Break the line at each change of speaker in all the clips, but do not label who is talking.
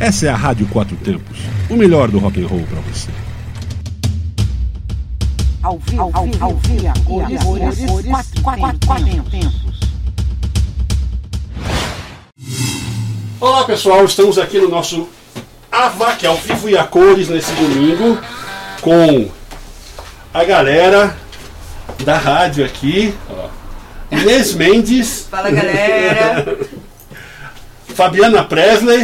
Essa é a Rádio Quatro Tempos, o melhor do rock and roll para você.
Ao vivo, ao vivo, ao vivo, cores, cores, cores, quatro, quatro, quatro tempos.
Olá pessoal, estamos aqui no nosso AVAC ao vivo e a cores nesse domingo com a galera da rádio aqui. ó. Inês Mendes,
Fala galera!
Fabiana Presley.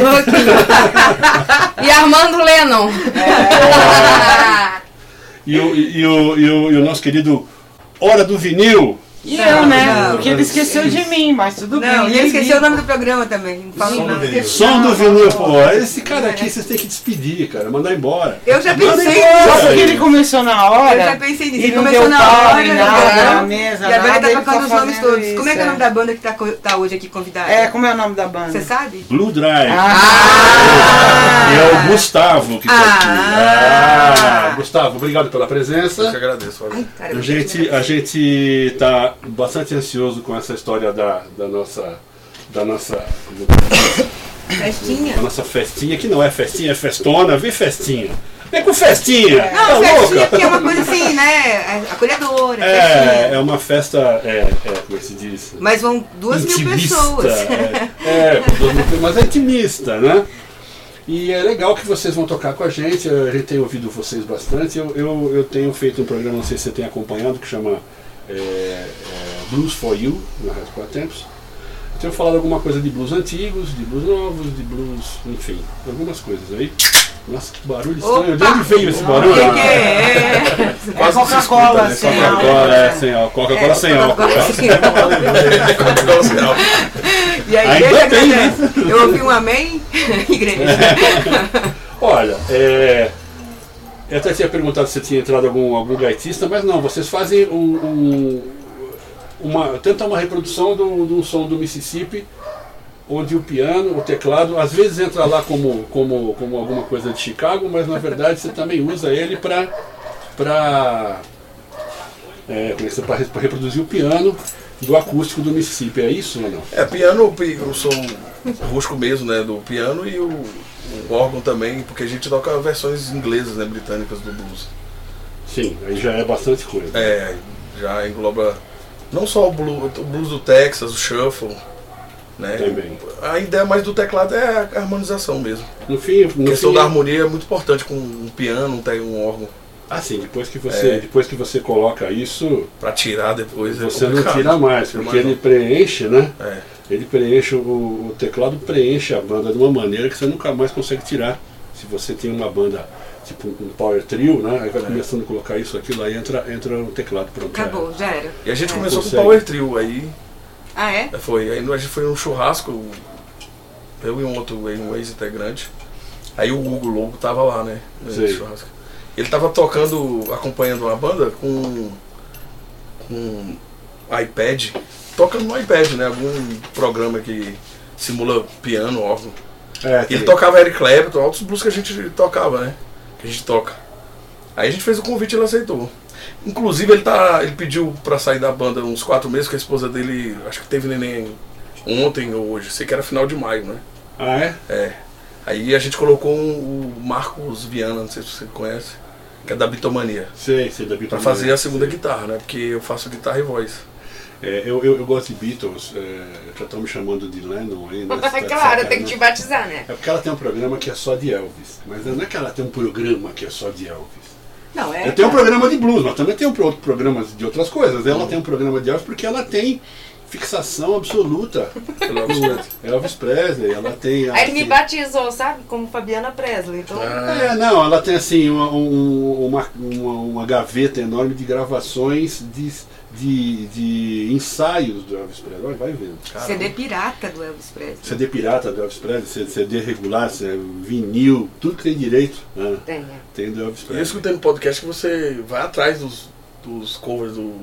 E Armando Lennon.
E o, e, o, e o- e o nosso querido Hora do Vinil.
E eu, né?
não.
Porque ele esqueceu de mim, mas tudo bem.
Não, e
ele
ele esqueceu o nome do programa também. Não falo nada.
Som do Vinil, pô. Esse cara aqui vocês têm que despedir, cara. Mandar embora.
Eu já
Manda
pensei
embora.
Só porque ele começou na hora.
Eu já pensei nisso.
E
Ele
não
começou
deu
na
pau,
hora,
nem
não
nada,
deu.
na mesa,
E agora
nada,
ele tá
ele
trocando os
tá
nomes
fazendo
todos. Como é que é o nome
isso, é.
da banda que tá, co- tá hoje aqui convidada?
É, como é o nome da banda?
Você sabe?
Blue Drive.
Ah!
E é o Gustavo que tá
Ah.
aqui. Ah, Gustavo, obrigado pela presença.
Eu que agradeço. Olha.
Cara,
A gente, a gente tá bastante ansioso com essa história da, da nossa. Da nossa,
Festinha.
da nossa festinha, que não é festinha, é festona, vem festinha. Vem com festinha! tá
Não, festinha
louca?
que é uma coisa assim, né? É Acolhedora,
É,
festinha.
é uma festa, é, é, como é que se diz?
Mas vão duas mil
Intimista,
pessoas.
É, é, duas mil pessoas, mas é intimista, né? E é legal que vocês vão tocar com a gente, a gente tem ouvido vocês bastante. Eu, eu, eu tenho feito um programa, não sei se você tem acompanhado, que chama é, é, Blues for You, na Rádio Quatro Tempos. Eu Tenho falado alguma coisa de blues antigos, de blues novos, de blues, enfim, algumas coisas aí. Nossa, que barulho estranho. De
Opa!
onde veio esse barulho?
Que que é?
É Coca-Cola, assim.
Coca-Cola é sem álcool. Coca-Cola sem álcool. tá?
Coca-Cola sem álcool.
Qual o sinal?
E a
Ainda
igreja
tem, né? É.
agradece. Eu ouvi um amém, igreja.
Olha, é. Eu até tinha perguntado se tinha entrado algum, algum gaitista, mas não, vocês fazem um, um- uma, tenta uma reprodução de um de um som do Mississippi, onde o piano, o teclado, às vezes entra lá como, como, como alguma coisa de Chicago, mas na verdade você também usa ele para para é, para reproduzir o piano do acústico do Mississippi. É isso ou não?
É, piano, pi- o som rústico mesmo, né, do piano e o, o órgão também, porque a gente toca versões inglesas, né, britânicas do blues.
Sim, aí já é bastante coisa.
É, já engloba não só o blues, o blues do Texas, o shuffle, né.
Também.
A ideia mais do teclado é a harmonização mesmo.
No fim, no
a questão
fim-
da harmonia é muito importante com um piano, um te- um órgão,
Ah, sim, depois que você,
É.
depois que você coloca isso,
pra tirar depois é
você não
complicado.
tira mais, porque
Mas não.
ele preenche, né?
É.
Ele preenche, o, o teclado preenche a banda de uma maneira que você nunca mais consegue tirar. Se você tem uma banda, tipo um power trio, né?
É.
Aí vai começando a colocar isso, aquilo, aí entra, entra o teclado pronto. já
Acabou, já era.
E a gente começou
consegue.
com o Power Trio, aí
Ah, é?
Foi, aí a gente foi num churrasco, eu e um outro, aí um ex-integrante. Aí o Hugo Lobo tava lá, né? nesse
Sei.
churrasco. Ele tava tocando, acompanhando uma banda com, com um iPad, tocando no iPad, né? Algum programa que simula piano, órgão.
É,
Ele
tem-
tocava Eric Clapton, altos blues que a gente tocava, né? Que a gente toca. Aí a gente fez o convite e ele aceitou. Inclusive ele tá. ele pediu pra sair da banda uns quatro meses, que a esposa dele, acho que teve neném ontem ou hoje, sei que era final de maio, né?
Ah, é?
É. Aí a gente colocou um- o Marcos Viana, não sei se você conhece, que é da Bitomania.
Sei, sei, da Beatles.
Pra fazer a segunda guitarra, né? Porque eu faço guitarra e voz.
É, eu, eu, eu gosto de Beatles, é, já estão me chamando de Lennon ainda.
claro, tem que te batizar, né?
É porque ela tem um programa que é só de Elvis, mas não é que ela tem um programa que é só de Elvis.
Não, é.
Ela tem um programa de blues, mas também tem um pro- programa de outras coisas. Ela tem um programa de Elvis porque ela tem fixação absoluta pelo Elvis Presley. Elvis Presley, ela tem. ela
Aí ele me
tem-
batizou, sabe? Como Fabiana Presley. Então,
É, não, ela tem assim uma, um- uma, uma, uma gaveta enorme de gravações de, de, de ensaios do Elvis Presley. Olha, vai vendo.
CD é pirata do Elvis Presley.
CD pirata do Elvis Presley, CD regular, vinil, tudo que tem direito. né?
tem.
Tem do Elvis
E eu
Presley.
escutei no podcast que você vai atrás dos, dos covers do,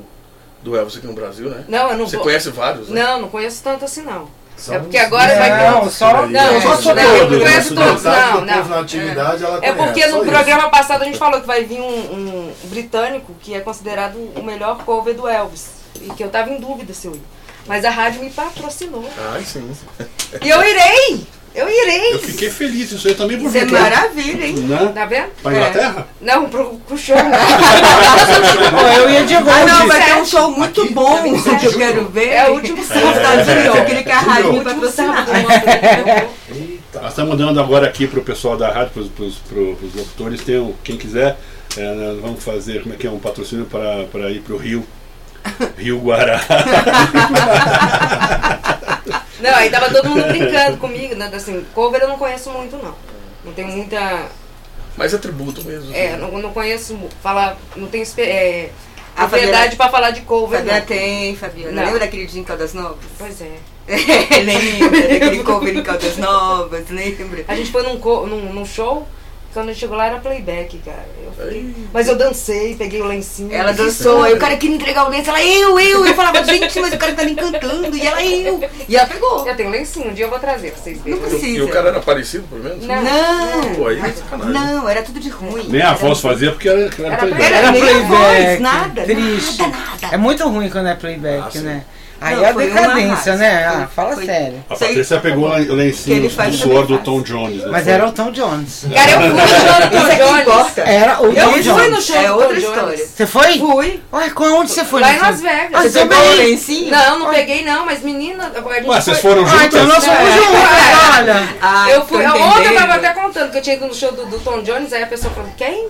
do Elvis aqui no Brasil, né?
Não, eu não
Você
vou.
conhece vários, né?
Não, não conheço tanto assim, não.
São
É porque agora vai-
Não, só...
Não,
Não,
só
não,
todos,
eu não
né?
conheço
Só
todos, não,
não, na
não.
atividade, ela
É
conhece,
porque
só
no
isso.
programa passado a gente falou que vai vir um, um britânico que é considerado o melhor cover do Elvis. E que eu tava em dúvida se eu ia. Mas a rádio me patrocinou.
Ai, Ah, sim.
E eu irei! Eu irei.
Eu fiquei feliz, isso aí também por
Isso é
vir, né?
maravilha, hein?
Né?
Tá vendo?
Pra Inglaterra?
Não, pro, pro show, né?
Pô, eu ia de
Ah, não,
Gold.
vai ter um show muito
Aqui,
bom
aqui,
que eu quero ver.
É o último sábado. né?
Tá, Júlio,
É.
eu queria que a rádio me
Último
patrocinasse.
sábado. nosso.
Tá. Nós estamos dando agora aqui pro pessoal da rádio, pros, pros, pro- pros locutores, tem um- quem quiser, é, nós vamos fazer, como é que é, um patrocínio para, para ir pro Rio. Rio Guará.
Não, aí tava todo mundo brincando comigo, né? Assim, cover eu não conheço muito, não. Não tenho muita.
Mas é tributo mesmo.
É, não, não conheço. mu- Falar. Não tenho. exper- É, a
A Fabiana-
verdade pra falar de cover,
Fabiana
não.
tem, Fabiana.
Não.
Lembra daquele dia em Caldas Novas?
Pois é.
lembra daquele cover em Caldas Novas, lembra?
A gente foi num, co- num, num show, quando a gente chegou lá era playback, cara. Eu fiquei- mas eu dancei, peguei o lencinho.
Ela dançou, aí o cara queria entregar o lenço, ela, eu, eu, eu falava, gente, mas o cara tá me encantando, e ela, eu. E ela pegou.
Eu tenho lencinho, um dia eu vou trazer pra vocês
Não
verem.
E o
precisa.
cara era parecido, pelo menos?
Não.
Pô,
Não,
aí é sacanagem.
não, era tudo de ruim.
Nem a voz fazia porque era, era,
Era
playback.
Era
Era
nem a voz,
playback.
nada,
Triste.
nada, nada.
É muito ruim quando é playback,
Ah,
né? Aí
Não,
é a
foi uma
decadência,
raça.
né? Ah,
Foi-
fala
foi-
sério.
A Patrícia pegou o
Que
lencinho
ele faz
do suor do
também
Tom
faz.
Jones. né?
Mas
Foi-
era o Tom Jones.
Cara, eu fui no
Isso é
show
que
do Tom Jones.
importa.
Era o Tom
Eu fui no
Jones.
show do
É
Tom
outra
Jones.
história.
Você foi?
Fui.
Ué, com- onde você foi?
Lá em
nessa-
Las Vegas.
Ah,
Você
você
pegou o
também?
lencinho?
Não, não peguei não, mas menina, a gente
Ué, vocês
foi-
foram
Ah, então
juntas?
nós fomos
É.
juntos,
É.
olha.
Ah,
Eu fui,
tô
ontem eu
entendendo.
tava até contando que eu tinha ido no show do, do Tom Jones, aí a pessoa falou, quem?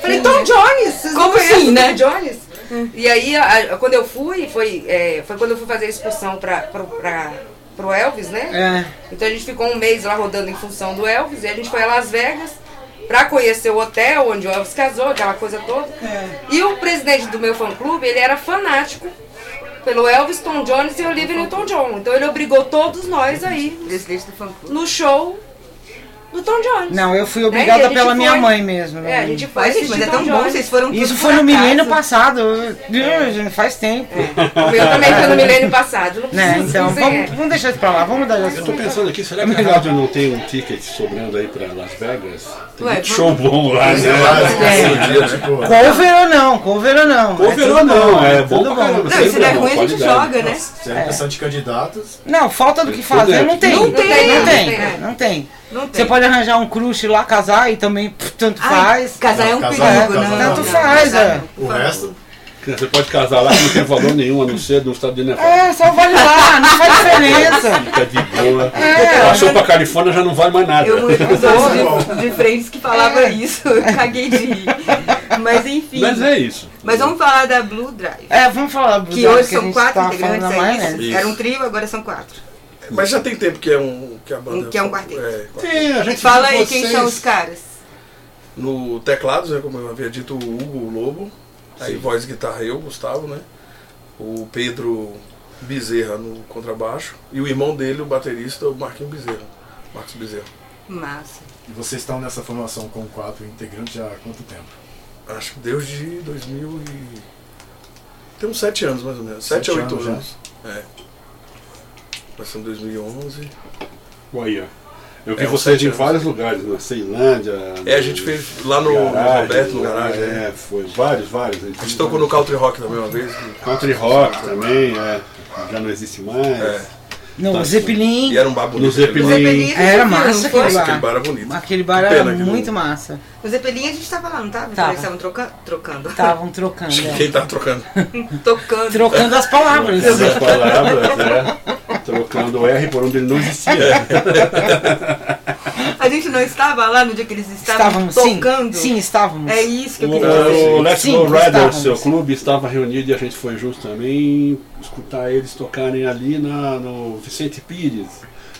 Falei, Tom Jones! Vocês não
né? Como
conhecem
assim,
o
né?
Tom Jones? E aí, a- a- quando eu fui, foi, é, foi quando eu fui fazer a excursão pra, pro- pra- pro Elvis, né?
É.
Então a gente ficou um mês lá rodando em função do Elvis, e a gente foi a Las Vegas pra conhecer o hotel onde o Elvis casou, aquela coisa toda.
É.
E o presidente do meu fã-clube, ele era fanático pelo Elvis, Tom Jones e Olivia Newton-John. Então ele obrigou todos nós aí
Presidente do fã-clube.
no show do Tom Jones.
Não, eu fui
Né? E
obrigada
a gente
pela minha
foi.
mãe mesmo. né?
É, a gente foi
Mas, gente,
assistir
mas é
Tom
tão bom,
Jones.
vocês foram
Isso
tudo
foi
por
no milênio
acaso. É.
passado. Ih, Faz tempo.
O meu também foi no milênio passado. Não
Né?
preciso
Então,
dizer.
vamos, vamos deixar isso pra lá. Vamos mudar de
Eu tô
assunto.
pensando aqui, será que a rádio não tem um ticket sobrando aí pra Las Vegas? Tem
Ué,
muito show bom lá, né?
é.
um
Esse dia, tipo,
Cover ou não? Cover ou não?
Ou
É
verão
tudo
não, é
tudo
bom pra caramba.
Não, e se
sempre
der
é uma
ruim, a gente
qualidade.
joga, né?
Se é questão de candidatos,
Não, falta do que fazer não tem.
Não tem, né?
Não
não
tem.
tem.
é, Não tem.
Não tem.
Você pode arranjar um crush lá, casar e também pff, tanto
Ai,
faz.
Casar é um
Não,
perigo,
casar
é,
não. não,
tanto
não,
faz,
casar
é.
não.
o resto.
Você pode casar lá que não tem valor nenhum, a não ser no estado de Nevada.
É, só vale lá, não faz diferença.
Fica de boa. Passou pra Califórnia, É, já não vale mais nada.
Eu morri com os olhos de, de frentes que falava
É.
isso, eu caguei de rir. Mas enfim.
Mas é isso.
Mas vamos falar da Blue Drive.
É, vamos falar do
Que
Zé,
hoje
a
são
gente
quatro
tava
integrantes,
falando da
é isso?
maionese.
Isso.
Era um trio, agora são quatro.
Mas já tem tempo que é um que a banda.
Um- que é um quarteto.
É, quarteto.
Sim, a gente
Fala
viu
aí quem
vocês.
são os caras.
No teclados, né, como eu havia dito, o Hugo Lobo. Aí voz e guitarra eu, Gustavo, né? O Pedro Bezerra no contrabaixo. E o irmão dele, o baterista, o Marquinhos Bezerra. Marcos Bezerra.
Massa.
E vocês estão nessa formação com quatro integrantes já há quanto tempo?
Acho que desde 2000 e... Tem uns sete anos, mais ou menos.
Sete
Sete a oito
anos,
anos. É. Passando 2011.
Olha, aí, ó. eu vi
É, uns
vocês
sete
em
anos.
vários lugares, na Ceilândia.
É, a
no-
gente fez lá no, no Roberto, no garagem. né?
É, foi vários, vários.
A gente tocou no Country Rock também uma vez.
Country Rock também, é, já não existe mais.
É.
Não,
Tá
o
E
Zeppelin,
era um bar bonito.
No
aquele bar.
Zeppelin.
Zeppelin,
É, Era
vocês
massa
viram, não
Aquele
foi?
aquele bar.
bar era bonito.
aquele bar
Pena
era
que não-
muito massa.
O Zeppelin a gente tava lá, não tava?
Tava. Tá.
Eles estavam troca- trocando.
Estavam trocando.
Acho que
é.
quem tá trocando?
Tocando.
Trocando as palavras.
Trocando as palavras, né? Trocando o R por onde ele não
É.
existia.
A gente não estava lá no dia que eles estavam
Estávamos, sim.
tocando?
Sim, estávamos.
É isso que
O,
eu queria dizer.
o Let's
Sim,
Go Rider,
estávamos.
seu clube, estava reunido e a gente foi junto também escutar eles tocarem ali na, no Vicente Pires,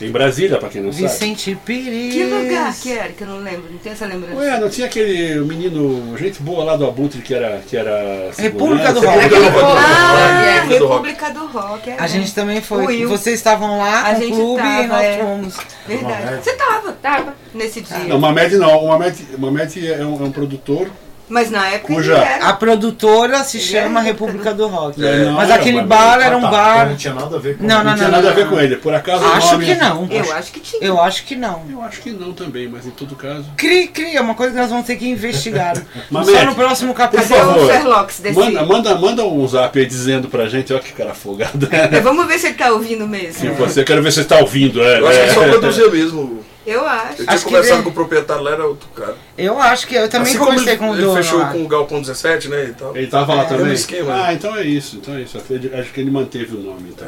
em Brasília, pra quem não sabe.
Vicente Pires.
Que lugar que é? era que eu não lembro? Não tem essa lembrança.
Ué, não tinha aquele menino, gente boa lá do Abutre que era. Que era
República do
segurança?
Rock.
República do Rock.
Ah,
é
República tá do Rock.
República do Rock. é
A gente tá-
verdade.
também foi.
Fui eu.
Vocês estavam lá
A
no
gente
clube
tava,
e nós
é.
fomos.
Verdade.
é.
Mamed.
Você tava, tava nesse dia.
Não, o Mamed não, o Mamed, o Mamed é, um, é um produtor
Mas na época
Cuja-
ele era.
A produtora se
Ele
chama
é.
era-
República do Rock.
É, não,
Mas
era
aquele
um
bar era
Ah, tá.
um
Então Não
bar.
tinha nada a ver com
Não,
Não tinha nada a ver com ele. Por acaso o
Acho
nome-
que não.
Eu acho que tinha.
Eu acho que não.
Eu acho que não também, mas em todo caso.
Cri, cri, é uma coisa que nós vamos ter que investigar.
Mas,
Só
Mac,
no próximo
Por
Cadê
capítulo.
favor.
é o Sherlock desse.
Manda, manda, manda um zap aí dizendo pra gente, olha que cara afogado.
É, Vamos ver se ele tá ouvindo
Se
mesmo.
você, quero ver se você tá ouvindo. É,
Eu acho que ele só
é.
produzia mesmo.
Eu
Eu
acho.
tinha
Acho que
conversado
ele-
com o proprietário lá, era outro cara.
Eu acho que eu também
assim como
conversei
ele,
com o
ele
dono.
fechou
lá.
com o Galpão 17, né? E tal.
Ele tava lá também?
mesmo esquema.
Ah, então é isso, então é isso. Ele- Acho que ele manteve o nome, então.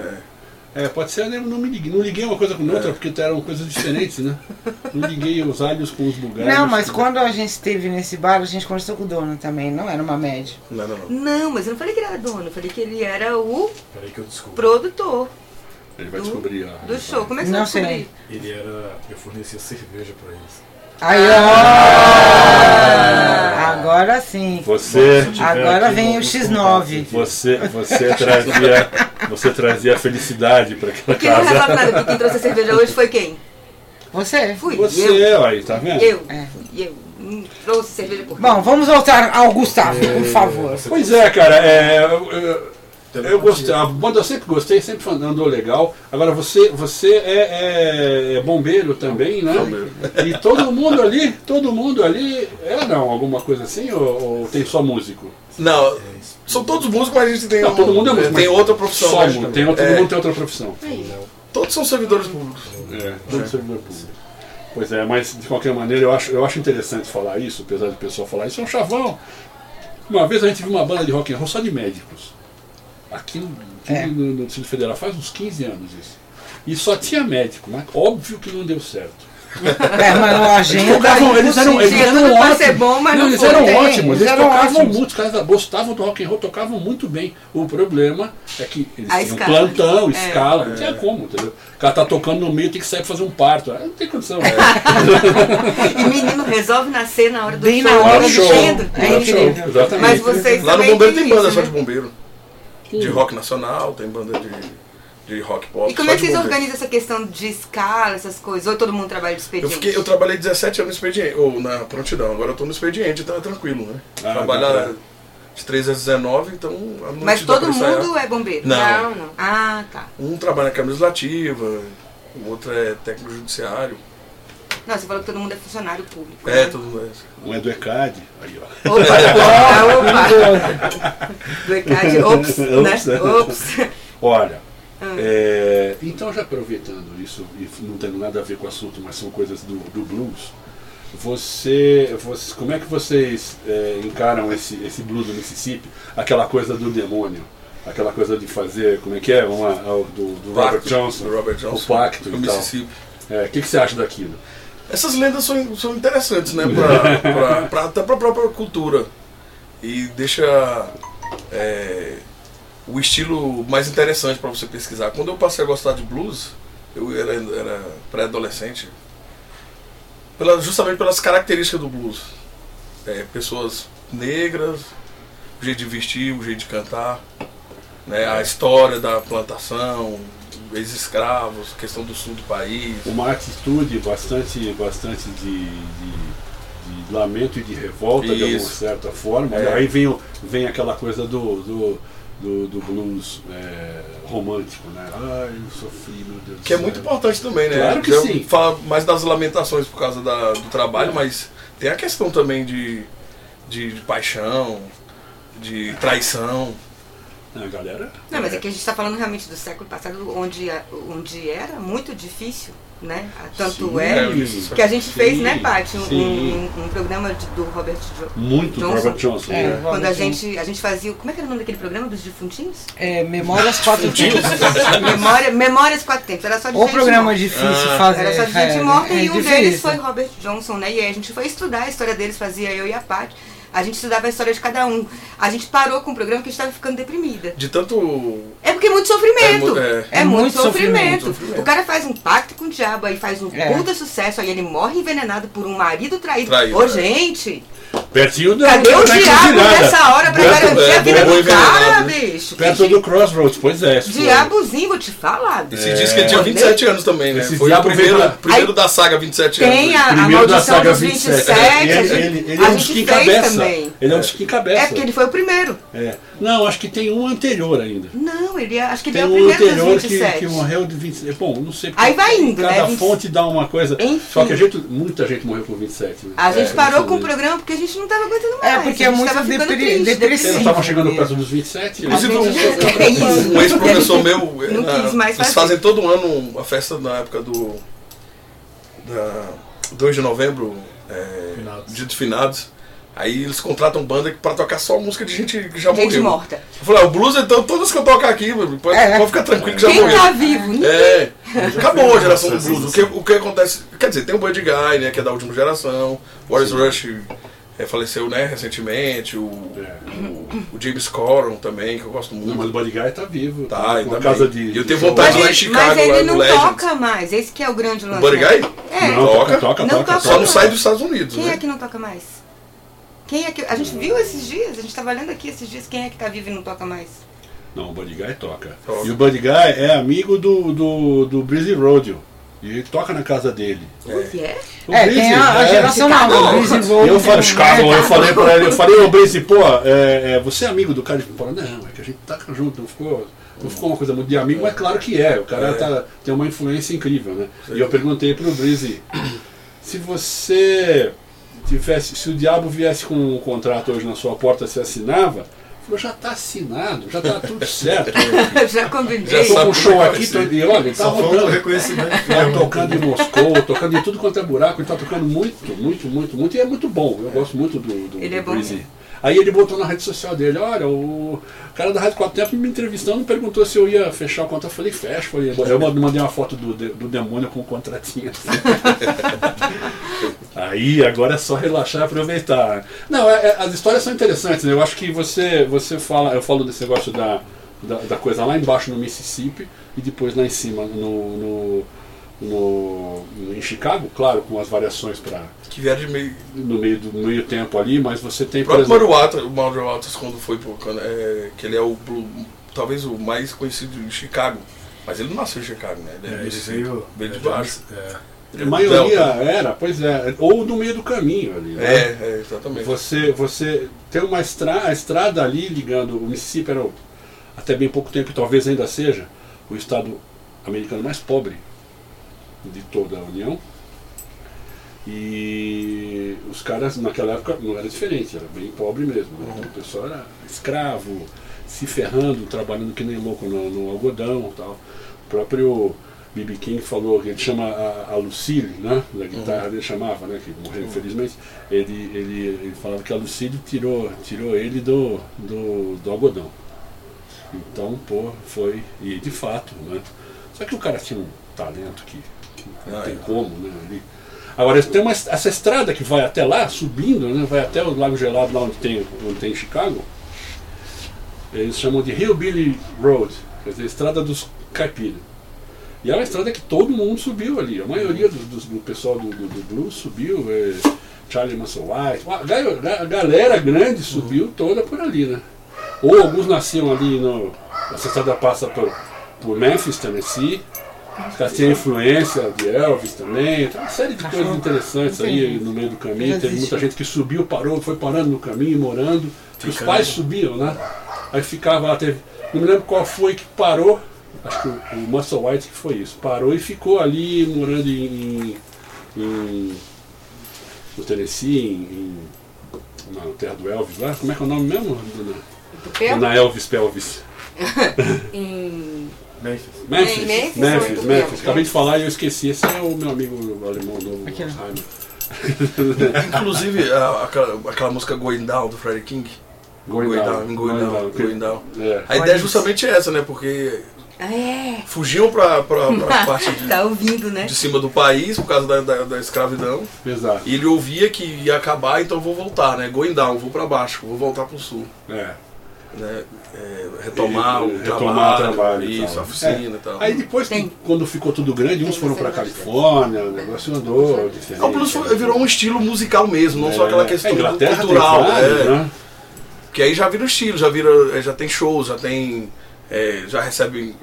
É, pode ser, eu não me liguei. Não liguei uma coisa com
É.
outra, porque eram coisas diferentes, né? Não liguei os alhos com os bulgares.
Não, mas quando a gente esteve nesse bar, a gente conversou com o dono também. Não era uma média.
Não, não, não.
Não, mas eu não falei que ele era dono, eu falei que ele era o
Peraí que eu descubro.
produtor
Ele vai
do-
descobrir a.
do show. Como é que
Não
você vai
sei.
descobrir?
Ele era. Eu fornecia cerveja pra eles.
Aí, ó! Ah! Agora sim.
Você.
Nossa,
Agora
aqui
vem
no-
o
nos
X9.
Você, você trazia. Você trazia felicidade pra aquela
Porque não resolve
casa.
nada, porque quem trouxe a cerveja hoje foi quem?
Você.
Fui assim, eu.
Você, olha aí, tá vendo?
Eu.
É.
E eu. Hum, Trouxe cerveja por
Bom, vamos voltar ao Gustavo, por favor.
Pois é, cara, é, eu, eu- eu gostei, a banda eu sempre gostei, sempre andou legal. Agora você, você é, é- é bombeiro também, né?
Bombeiro.
E todo mundo ali, todo mundo ali é não, alguma coisa assim, ou, ou tem só músico?
Não, são todos músicos, mas a gente tem,
Não,
um-
todo mundo é músico.
tem
mas
outra profissão.
Só,
né?
mu- tem outro,
É,
todo mundo tem outra profissão.
Todos são servidores públicos.
É, todo servidor público. Pois é, mas de qualquer maneira eu acho, eu acho interessante falar isso, apesar do pessoal falar isso, é um chavão. Uma vez a gente viu uma banda de rock and roll só de médicos. Aqui no, aqui
É.
no, no Distrito Federal faz uns 15 anos isso. E só tinha médico, mas óbvio que não deu certo.
É, mas a
Eles
agenda. é
tocavam, eles eram, eles
Tinha
eram
tudo pra
ótimos.
ser bom, mas não
eles
foi.
eram
Tem,
ótimos,
eles
eles
eram
tocavam
ótimos.
muito, os caras gostavam do rock and roll, tocavam muito bem. O problema é que eles
A
tinham
escala.
plantão,
É.
escala, não tinha como, entendeu? O cara tá tocando no meio, tem que sair pra fazer um parto. Ah, Não tem condição.
Tá
É.
E menino resolve nascer na hora do
Bem
show.
na hora
eu
do show.
entendo.
É
É incrível.
show, Exatamente.
tá Mas vocês
Lá no
também
Bombeiro
têm
tem banda
isso,
só
né?
de bombeiro. De rock nacional, tem banda de, de rock pop.
E como
só
é que
de bombeiro.
vocês organizam essa questão de escala, essas coisas? Ou todo mundo trabalha de
Eu,
expediente?
fiquei, eu trabalhei 17 anos no expediente, ou na prontidão, agora eu tô no expediente, então é tranquilo, né?
Ah, dá
Trabalhar
pra-
de 13 às 19, então a noite
Mas
dá
todo
pra ensaiar.
mundo é bombeiro?
Não.
Não, não.
Ah, tá.
Um trabalha na Câmara Legislativa, o outro é técnico judiciário.
Não, você falou que todo mundo é funcionário público.
É,
né?
todo mundo é.
Um é do ECAD. Aí, ó.
Opa, opa, opa. Do ECAD, ops,
Ops.
né? Ops.
Olha, é, então já aproveitando isso, e não tem nada a ver com o assunto, mas são coisas do, do blues. Você, você- como é que vocês é, encaram esse, esse blues do Mississippi? Aquela coisa do demônio, aquela coisa de fazer, como é que é? Uma, a- do, do Robert
Pacto,
Johnson,
do Robert Johnson,
o pacto
do
e tal.
Mississippi.
É, O que, que você acha daquilo?
Essas lendas são, são interessantes, né? Pra, pra, pra- até pra própria cultura. E deixa é, o estilo mais interessante pra você pesquisar. Quando eu passei a gostar de blues, eu era, era pré-adolescente, pela- justamente pelas características do blues. É, pessoas negras, o jeito de vestir, o jeito de cantar, né? a história da plantação, ex-escravos, questão do sul do país.
Uma atitude bastante, bastante de, de- de lamento e de revolta, de alguma
Isso.
certa forma. né?
É.
Aí vem, o- vem aquela coisa do, do, do, do blues é, romântico, né? Ai, eu sofri, meu Deus do
Que é
céu.
muito importante também, né?
Claro que
Eu
sim.
Fala mais das lamentações por causa da- do trabalho, mas tem a questão também de, de, de paixão, de traição.
Ah, galera,
Não, mas é que a gente está falando realmente do século passado, onde, a- onde era muito difícil, né? Tanto
Sim.
é
isso.
que a gente fez, né, Paty? Um,
Sim.
um- um programa de- do Robert Jo-
muito
Johnson.
Robert Johnson.
É,
né?
Quando a
vamos-
gente, a gente fazia. o- Como é que era o nome daquele programa dos defuntinhos?
É, Memórias Quatro Tempos.
É
Memória, Memórias Quatro Tempos. Era só de
O
gente
programa é
morta.
difícil
Ah.
fazer.
Era só de gente
cara.
morta
É
e um
difícil.
deles foi Robert Johnson, né? E aí a gente foi estudar a história deles, fazia eu e a Paty. A gente estudava a história de cada um. A gente parou com o programa que a gente estava ficando deprimida.
De tanto.
É porque é muito sofrimento.
É mu- é.
É
É
muito
muito
sofrimento.
sofrimento,
sofrimento.
O cara faz um pacto com o diabo, aí faz um
É.
puta sucesso, aí ele morre envenenado por um marido traído.
Traído,
Ô,
é.
gente!
Pertinho da.
Cadê
da
o diabo
encruzilhada.
nessa hora pra
Perto-
garantir a
é,
vida
boi
do cara,
envenenado, né?
bicho?
Perto
Que
do Crossroads, pois é. isso foi.
Diabozinho, vou te falar.
E se diz que ele tinha 27 anos também, né?
É. Esse
Foi o
diabo
primeiro,
veio lá.
primeiro da saga 27 anos.
Tem
né?
a, a
Primeiro da
maldição
saga
dos
27.
27. a
É, ele,
gente,
ele- ele
a
é um dos
gente
que
fez
encabeça.
também.
Ele é um dos que encabeça.
É porque ele foi o primeiro.
É. Não, acho que tem um anterior ainda.
Não, ele é- acho que ele
Tem
é o
um
primeiro
anterior
dos
que,
27.
que morreu de 27. Bom, não sei.
Aí
porque
vai indo, né?
Cada
20.
fonte dá uma coisa.
Enfim.
Só que a gente, muita gente morreu com 27. né?
A gente
É,
parou
muita
com o
gente.
programa porque a gente não tava aguentando mais.
É, porque é
a gente
muito
tava ficando
depre-
triste,
depressivo.
Eles
Sim,
estavam chegando
porque-
perto dos 27. né?
Inclusive,
A gente já
um-
fez é isso.
um ex-professor meu.
Não
na-
quis mais
eles
fazer.
fazem todo ano uma festa na época do. Da, 2 de novembro, é,
Finados.
dia dos finados. Aí eles contratam banda pra tocar só música de gente que já
Gente
morreu.
morta.
Eu falei, ah, o blues, então, todas que eu tocar aqui, mano, pode,
É.
pode ficar tranquilo que já
Quem
morreu.
tá vivo? Ninguém.
É, acabou a geração do
Nossa,
blues. O que, o que acontece? Quer dizer, tem o Buddy Guy, né, que é da última geração. O Boris Rush é, faleceu, né, recentemente. O, o, o James Coron também, que eu
É,
gosto
Não, mas o
muito.
Buddy Guy tá vivo.
Tá, ainda
na
bem.
casa de.
Eu tenho
de-
vontade Tá
Mas
lá em
ele,
Chicago,
mas ele
lá no
não
Legends.
toca mais. Esse que é o grande lance.
O Buddy
né?
Guy?
É.
Não, toca,
Toca?
toca,
Não
toca.
toca.
Só não sai dos Estados Unidos,
Quem
né?
é que não toca mais? Quem é que. A gente viu esses dias, a gente tava lendo aqui esses dias, quem é que tá vivo e não toca mais?
Não, o Buddy Guy toca.
Toca.
E o Buddy Guy é amigo do, do, do Breezy Rodeo. E ele toca na casa dele.
Pois é.
O
É,
Breezy,
tem a, a
é.
geração nova. Luiz e Volta.
Eu falei, Chicago, eu falei pra ele, eu falei, ô Breezy, pô, é, é, você é amigo do cara? Ele falou, não, é que a gente tá junto, não ficou, não ficou uma coisa muito de amigo, mas claro que é, o cara tá, tem uma influência incrível, né? E eu perguntei pro Breezy, se você tivesse, se o diabo viesse com um contrato hoje na sua porta, você assinava? Ele falou, já tá assinado, já tá tudo certo.
Já combinei.
Já
Eu tô
sabe
com um
como
show
vai
aqui, tô,
ser.
e olha, tá
Só um falta o
rodando.
reconhecimento.
Tá tocando em Moscou, tocando em tudo quanto é buraco, ele tá tocando muito, muito, muito, muito, e é muito bom. Eu gosto muito do, do,
Ele
do
é bom
Breezy.
mesmo.
Aí ele botou na rede social dele, olha, o cara da Rádio Quatro Tempos me entrevistando, perguntou se eu ia fechar o contrato. Eu falei, fecha. Falei, eu mandei uma foto do, de- do demônio com o contratinho. assim. Aí agora é só relaxar e aproveitar. Não, é- é- as histórias são interessantes, né? Eu acho que você, você fala, eu falo desse negócio da, da, da coisa lá embaixo no Mississippi e depois lá em cima no, no, no- em Chicago, claro, com as variações para
É. Que vieram de meio.
no meio do meio tempo ali, mas você tem,
O
por
próprio
exemplo,
Mauro Atas, o Mauro Atas, quando foi, pro- quando, é, que ele é o, blu- talvez o mais conhecido em Chicago. Mas ele não nasceu em Chicago, né? Ele é,
Ele
Mississippi,
veio.
veio de
é,
baixo.
é.
um
a maioria era, pois é, ou no meio do caminho ali, né?
É, é, exatamente.
Você, você tem uma estra a estrada ali ligando o Mississippi, era o- até bem pouco tempo, e talvez ainda seja, o estado americano mais pobre de toda a União. E os caras naquela época não era diferente, era bem pobre mesmo. né? O pessoal era escravo, se ferrando, trabalhando que nem louco no, no algodão e tal. O próprio B.B. King falou que ele chama a, a Lucille, né? Da guitarra ele chamava, né? Que morreu infelizmente. Ele, ele, ele falava que a Lucille tirou, tirou ele do, do, do algodão. Então, pô, foi. E de fato, né? Só que o cara tinha um talento que, que não
Ah,
tem
é.
como, né? Ele, Agora, tem uma, es- essa estrada que vai até lá, subindo, né, vai até o Lago Gelado, lá onde tem, onde tem Chicago, eles chamam de Hillbilly Road, quer dizer, estrada dos caipiras. E é uma estrada que todo mundo subiu ali, a maioria dos- dos- do pessoal do, do, do blues subiu, é, Charlie Manson White, a, ga- a galera grande subiu toda por ali, né? Ou alguns nasciam ali, no, essa estrada passa por, por Memphis, Tennessee, os caras tinham influência de Elvis também, tem uma série de coisas interessantes aí no meio do caminho.
Já
Teve muita
existe.
gente que subiu, parou, foi parando no caminho, morando. E Os pais subiam, né? Aí ficava lá, teve. Não me lembro qual foi que parou, acho que o, o Muscle White que foi isso, parou e ficou ali morando em. em- no Tennessee, em, em- na terra do Elvis lá. Como é que é o nome mesmo? Dona,
Do pelo?
Dona Elvis Pelvis.
Em...
Memphis.
Memphis, Memphis,
Em Memphis,
Memphis,
muito bem.
Acabei de falar e eu esqueci. Esse é o meu amigo alemão novo.
Aqui, ó.
Alzheimer.
Inclusive, a- aquela, aquela música Going Down do Freddie King.
Going
Going
down,
down, going down, going down.
É.
A ideia é justamente essa, né? Porque
Ah, é.
fugiam pra, pra, pra parte de,
Tá ouvindo, né?
de cima do país por causa da, da, da escravidão.
Exato.
E ele ouvia que ia acabar, então vou voltar, né? Going down, vou pra baixo, vou voltar pro sul.
É.
né, é, retomar, o,
Retomar o
trabalho,
trabalho e
isso,
tal.
a oficina e tal.
É, Aí depois, que-
Tem.
quando ficou tudo grande, uns
Tem
foram
você
pra
não gosta.
Califórnia, o negócio andou diferente.
o blues foi- virou um estilo musical mesmo, não só aquela questão
É, a Inglaterra
cultural.
tem vários,
é.
né?
Que aí já vira o estilo, já vira, é, já tem shows, já tem. é, já recebe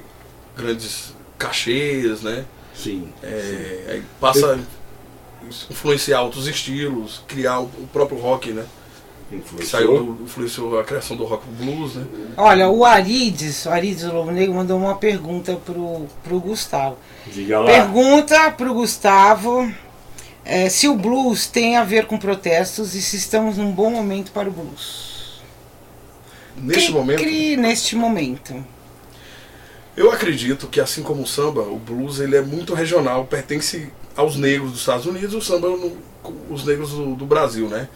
grandes cachês, né?
Sim.
É, aí passa a influenciar outros estilos, criar o, o próprio rock, né? Que saiu do, influenciou a criação do rock pro blues, né?
Olha, o Arides, o Arides Lobo Negro, mandou uma pergunta pro, pro Gustavo.
Diga lá.
Pergunta pro Gustavo eh, se o blues tem a ver com protestos e se estamos num bom momento para o blues.
Neste
Cri-
momento,
cri neste momento.
eu acredito que assim como o samba, o blues ele é muito regional, pertence aos negros dos Estados Unidos, o samba no- os negros do, do Brasil, né?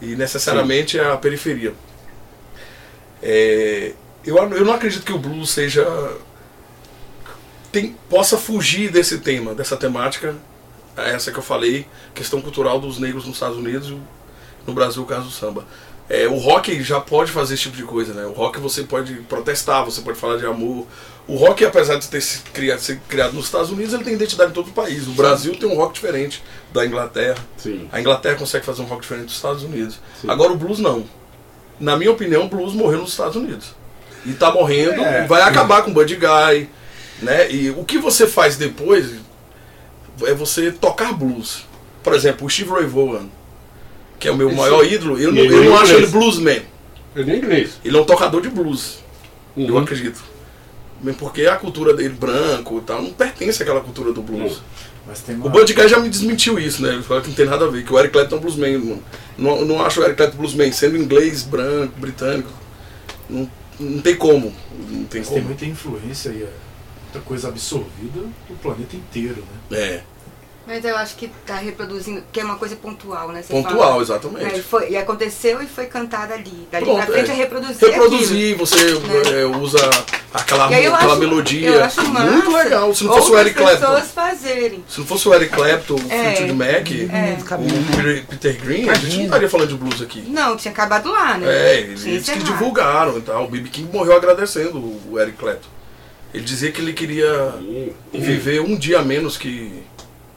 E necessariamente a periferia. É, eu, eu não acredito que o blues seja tem- possa fugir desse tema, dessa temática, essa que eu falei, questão cultural dos negros nos Estados Unidos e no Brasil, o caso do samba. É, o rock já pode fazer esse tipo de coisa, né? O rock você pode protestar, você pode falar de amor. O rock, apesar de ter se criado, ser criado nos Estados Unidos, ele tem identidade em todo o país. O Brasil tem um rock diferente da Inglaterra.
Sim.
A Inglaterra consegue fazer um rock diferente dos Estados Unidos.
Sim.
Agora o blues não. Na minha opinião, o blues morreu nos Estados Unidos. E tá morrendo,
É.
e vai acabar com o Buddy Guy, né? E o que você faz depois é você tocar blues. Por exemplo, o Steve Ray Vaughan, que é o meu
Esse-
maior ídolo, eu, não-
ele
eu
é
não acho ele
inglês.
bluesman.
Ele é inglês.
Ele é um tocador de blues, eu
Uhum.
acredito. Mesmo Porque a cultura dele, branco e tal, não pertence àquela cultura do blues.
Mas tem
O
uma...
Buddy Guy já me desmentiu isso, né? Ele falou que não tem nada a ver, que o Eric Clapton é um bluesman, mano. Não, eu não acho o Eric Clapton bluesman, sendo inglês, branco, britânico. Não, não tem como. Não tem
Mas tem
como.
muita influência e é muita coisa absorvida do planeta inteiro, né?
É,
Mas eu acho que tá reproduzindo, que é uma coisa pontual, né? Você
pontual,
fala, né, e,
exatamente.
foi- e aconteceu e foi cantada ali. Dali
Pronto,
pra frente
é.
é, reproduzir. aquilo.
Reproduzir, você
Né?
é, usa aquela,
E aí eu
aquela
acho,
melodia.
Eu acho massa.
muito legal. Se não fosse o
outras
Eric Clapton.
pessoas fazerem.
Se não fosse o Eric Clapton, o
É,
Fleetwood Mac,
É. Do cabelo,
o
né?
Peter- Peter Green, a gente não
Imagina.
estaria falando de blues aqui.
Não, tinha acabado lá, né?
É,
Tinha
eles que
encerrado.
divulgaram e tal. O B.B. King morreu agradecendo o o Eric Clapton. Ele dizia que ele queria
Uhum.
viver um dia a menos que,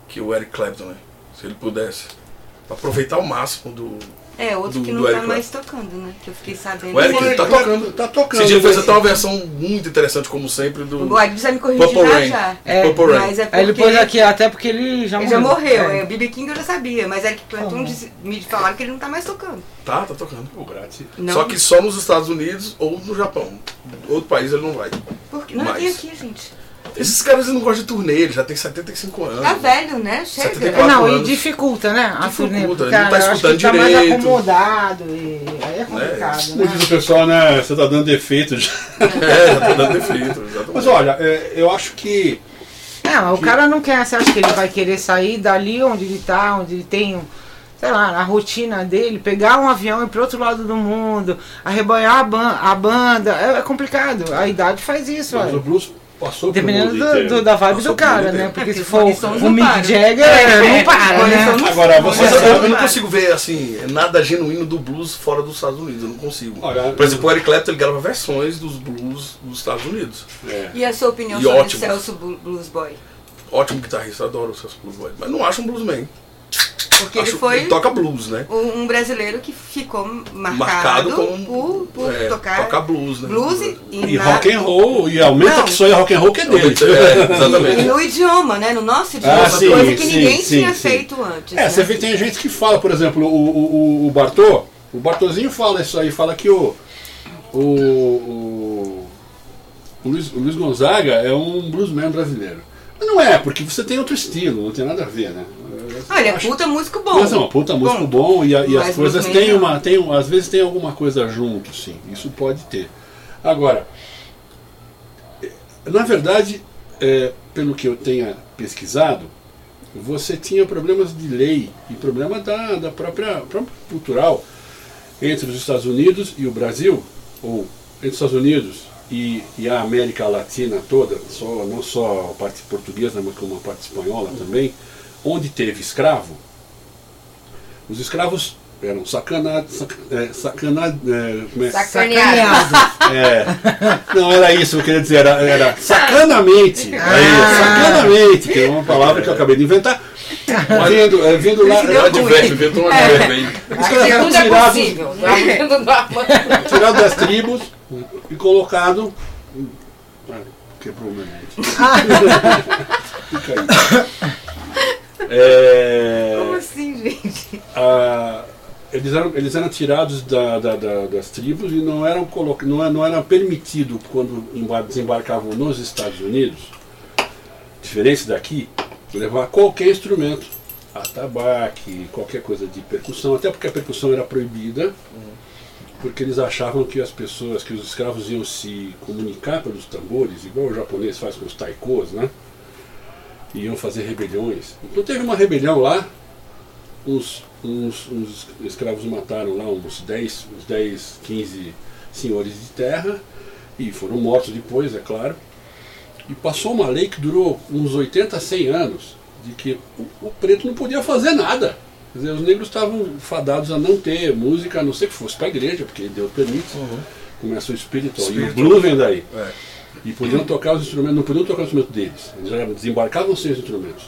que o Eric Clapton, né? Se ele pudesse. Pra aproveitar ao máximo do.
É, outro
do-
que
do
não tá
Eric
mais tocando, né? Que eu fiquei sabendo.
O Eric tá tocando.
Tá tocando.
Esse dia ele fez até uma versão muito interessante, como sempre, do
O Eric já me corrigiu
Purple
já
Rain.
já.
É,
Purple Rain.
Mas é porque
Aí ele pôs aqui, até porque ele já
ele já
morreu.
morreu.
É.
É. O B.B. King eu já sabia, mas Eric Clapton
Uhum.
disse- me falaram que ele não tá mais tocando.
Tá, tá tocando.
O Grátis.
Não,
Só que só nos Estados Unidos ou no Japão. Outro país ele não vai.
por quê? não
mais.
tem aqui, gente.
Esses caras eles não gostam de turnê, ele já tem 75 anos.
Tá velho, né? Chega.
74.
Não,
quatro
e
anos.
dificulta, né?
Dificulta,
A turnê.
ele não
porque,
tá
Cara, eu acho que
escutando
ele tá mais
direito.
acomodado. E... Aí é complicado,
Como
né?
diz o pessoal, né? Você tá dando defeito. já.
É, já tá dando defeito. exatamente.
Mas olha, é, eu acho que.
Não, É, o cara não quer. Você acha que ele vai querer sair dali onde ele tá, onde ele tem, um- sei lá, a rotina dele, pegar um avião e ir pro outro lado do mundo, arrebanhar a, ban a banda? É, é complicado. A idade faz isso,
Mas o
olha.
blues passou pro
Dependendo
mundo
do-
inteiro.
do- da vibe
Passou
do
pro mundo
cara, né?
inteiro.
Porque
É,
se
porque
for
eles são-
o
não
Mick
param.
Jagger,
É,
não para,
eles são-
né?
Agora, você.
Mas eu,
é
eu não consigo ver, assim, nada genuíno do blues fora dos Estados Unidos. Eu não consigo.
Olha,
Por exemplo, o Eric Clapton ele grava versões dos blues dos Estados Unidos.
É.
E a sua opinião
E
sobre
ótimo.
Celso Bu- Blues Boy?
Ótimo guitarrista, adoro os seus blues boys. Mas não acho um bluesman.
Porque ele
Acho-
foi
ele toca blues, né?
um um brasileiro que ficou
Marcado
marcado,
como.
por, por
é,
tocar
tocar blues, né?
blues e,
E
na-
rock and roll, e aumenta
Não.
que só é rock and roll que é dele.
É,
e
exatamente.
no idioma, né? No nosso idioma,
Ah, sim,
coisa que
sim,
ninguém
sim,
tinha
sim.
feito antes.
É,
né?
você vê, tem gente que fala, por exemplo, o, o, o- o Bartô, o Bartôzinho fala isso aí, fala que o. O. o- o Luiz, o Luiz Gonzaga é um bluesman brasileiro. Mas não é, porque você tem outro estilo, não tem nada a ver, né?
Ah, ele é puta músico bom.
Mas é uma puta músico bom e, a- e as
Mas
coisas
bluesman
têm
não.
uma. Tem, um- às vezes tem alguma coisa junto, sim. Isso pode ter. Agora, eh, na verdade, eh, pelo que eu tenha pesquisado, você tinha problemas de lei e problema da, da própria, própria cultural entre os Estados Unidos e o Brasil, ou entre os Estados Unidos e, e a América Latina toda, só, não só a parte portuguesa, mas como a parte espanhola também, onde teve escravo, os escravos Eram sacanado, sac, é, sacanado, é, como é?
Sacaneado.
É. Não era isso que eu queria dizer, era, era sacanamente.
Ah.
Aí, sacanamente, que é uma palavra que eu acabei de inventar.
Ah.
Vindo, é, vindo lá.
Um advérbio, inventou
É.
um advérbio aí.
Os caras
Aqui
eram
tudo é
tirados-
possível. Não,
tirado das tribos e colocado. Ah, Quebrou meu mente.
Ah.
Fica aí. É,
Como assim, gente?
a- Ah, eles, eram, eles eram tirados da- da- da- das tribos e não eram, colo- não, era- não era permitido quando embar- desembarcavam nos Estados Unidos, diferente daqui, levar qualquer instrumento. Atabaque, qualquer coisa de percussão, até porque a percussão era proibida porque eles achavam que as pessoas, que os escravos iam se comunicar pelos tambores, igual o japonês faz com os taikos, né? E iam fazer rebeliões. Então teve uma rebelião lá, uns, uns- uns escravos mataram lá uns 10, uns 10, 15 senhores de terra e foram mortos depois, é claro. E passou uma lei que durou uns 80, 100 anos, de que o, o preto não podia fazer nada. Quer dizer, os negros estavam fadados a não ter música, a não ser que fosse para a igreja, porque Deus permite. Começa o espírito, e o
Spiritual.
blues vem daí.
É.
E podiam tocar os instrumentos, não podiam tocar os instrumentos deles. Eles já desembarcavam sem os instrumentos.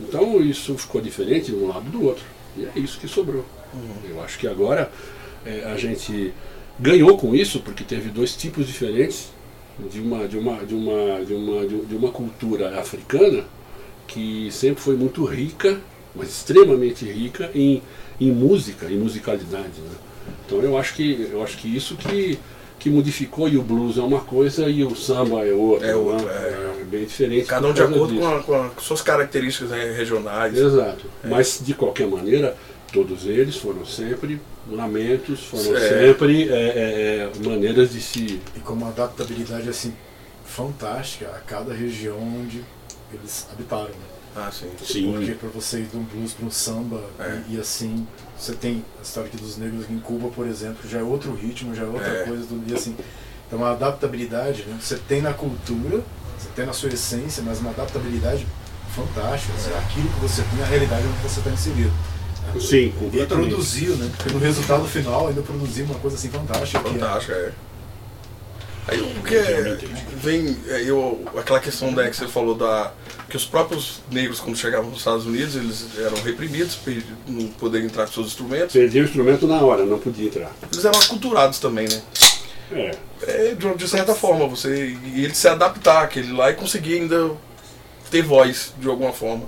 Então isso ficou diferente de um lado do outro. E é isso que sobrou. Eu acho que agora eh, a gente ganhou com isso, porque teve dois tipos diferentes de uma, de uma, de uma, de uma, de uma cultura africana que sempre foi muito rica, mas extremamente rica em, em música, em musicalidade. né? Então eu acho que, eu acho que isso que, que modificou, e o blues é uma coisa e o samba é outra.
É outra,
né? É bem diferente.
Cada
por
um de
causa
acordo
disso.
com, a- com a- com suas características né, regionais.
Exato. Mas, de qualquer maneira, todos eles foram sempre lamentos, foram
É.
sempre é, é, é, maneiras de se.
E com uma adaptabilidade assim fantástica a cada região onde eles habitaram, né?
Ah, sim.
Porque pra você ir de um blues pra um samba
É.
e, e assim, você tem a história aqui dos negros em Cuba, por exemplo, já é outro ritmo, já é outra
É.
coisa, do, e assim, então a adaptabilidade, né? Você tem na cultura, você tem na sua essência, mas uma adaptabilidade fantástica, assim, aquilo que você tem, a realidade onde você está inserido. né?
Sim,
E
completamente.
produziu, né? Porque no resultado final ainda produziu uma coisa assim fantástica. que é-
Fantástico, é. Aí o que é, vem é, eu, aquela questão da que você falou da que os próprios negros quando chegavam nos Estados Unidos eles eram reprimidos, per- não poderiam entrar com seus instrumentos.
Perdi o instrumento na hora, não podia entrar.
Eles eram aculturados também, né?
É.
É, de, de certa forma, você e ele se adaptar àquele lá e conseguir ainda ter voz de alguma forma.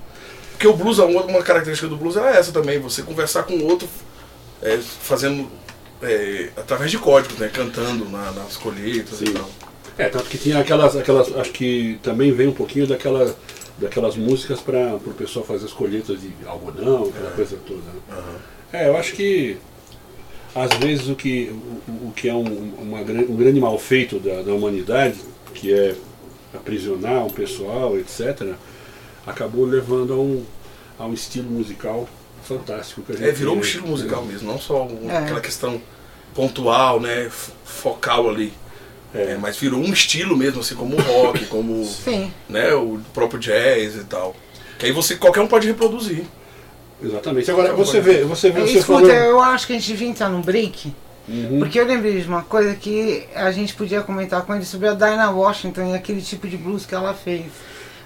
Porque o blues, uma, uma característica do blues era essa também, você conversar com o outro é, fazendo é, através de códigos, né? Cantando na- nas colheitas e
Sim.
tal.
É, tanto que tinha aquelas, aquelas. Acho que também vem um pouquinho daquela, daquelas músicas para o pessoal fazer as colheitas de algodão, aquela coisa toda. né? É, eu acho que às vezes o que, o, o que é um, uma gran- um grande mal feito da, da humanidade, que é aprisionar o pessoal, etc., acabou levando a um, a um estilo musical fantástico. Que a gente né?
É, virou um estilo musical mesmo, não só um-
É.
aquela questão pontual, né, f- focal ali.
É.
É, mas virou um estilo mesmo, assim, como o rock, como
Sim.
né, o próprio jazz e tal. Que aí você, qualquer um pode reproduzir.
Exatamente. Agora,
um
você vê, você vê, você
Escuta,
falou...
eu acho É que a gente devia entrar num break.
Uhum.
Porque eu lembrei de uma coisa que a gente podia comentar com ele sobre a Dinah Washington e aquele tipo de blues que ela fez.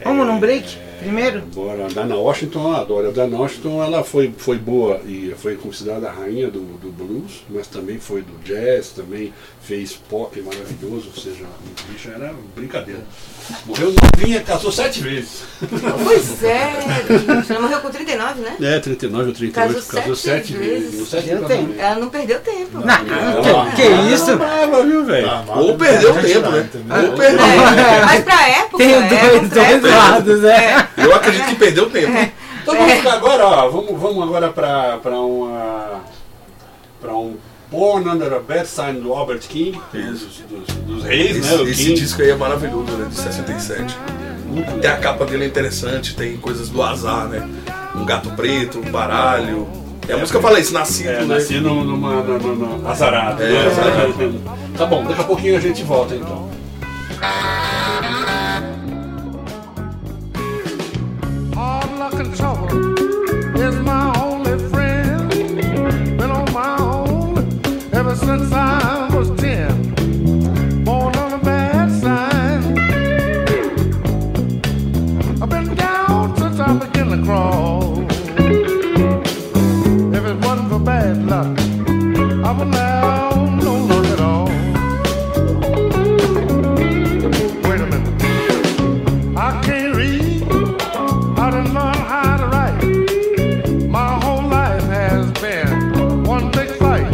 Vamos num break primeiro?
Bora, a Dana Washington, eu adoro. A Dana Washington ela foi, foi boa e foi considerada a rainha do, do blues, mas também foi do jazz, também fez pop maravilhoso, ou seja, a bicha era brincadeira. Morreu novinha, casou sete vezes.
Pois é, gente. Ela morreu com 39, né?
É, 39 ou 38, casou,
Casou
sete
sete
vezes.
vezes.
Uns sete
Deu
casamentos.
Ela não perdeu tempo.
Não, que, Ah, que isso?
Brava, viu, velho?
Ah, mas-
Ou perdeu tempo, né? Ou perdeu.
É, mas pra época.
Tem
é,
dois,
pra
dois
época-
lados, né?
Eu acredito que perdeu tempo.
Então vamos ficar agora, ó, vamos, vamos agora pra, pra uma. pra um Born Under a Bad Sign do Albert King, dos, dos, dos reis, né?
Esse,
O
esse
King.
disco aí é maravilhoso, né? De 67. Tem a capa dele é interessante, tem coisas do azar, né? Um gato preto, um baralho. É a música que eu falei, isso, nascido,
É,
né?
nasci num- numa, numa, numa azarada.
É,
né?
azarado.
Tá bom, daqui a pouquinho a gente volta então.
Hard luck and trouble is my only friend. When I wrong. If it wasn't for bad luck, I would now no luck at all. Wait a minute. I can't read. I didn't learn how to write. My whole life has been one big fight.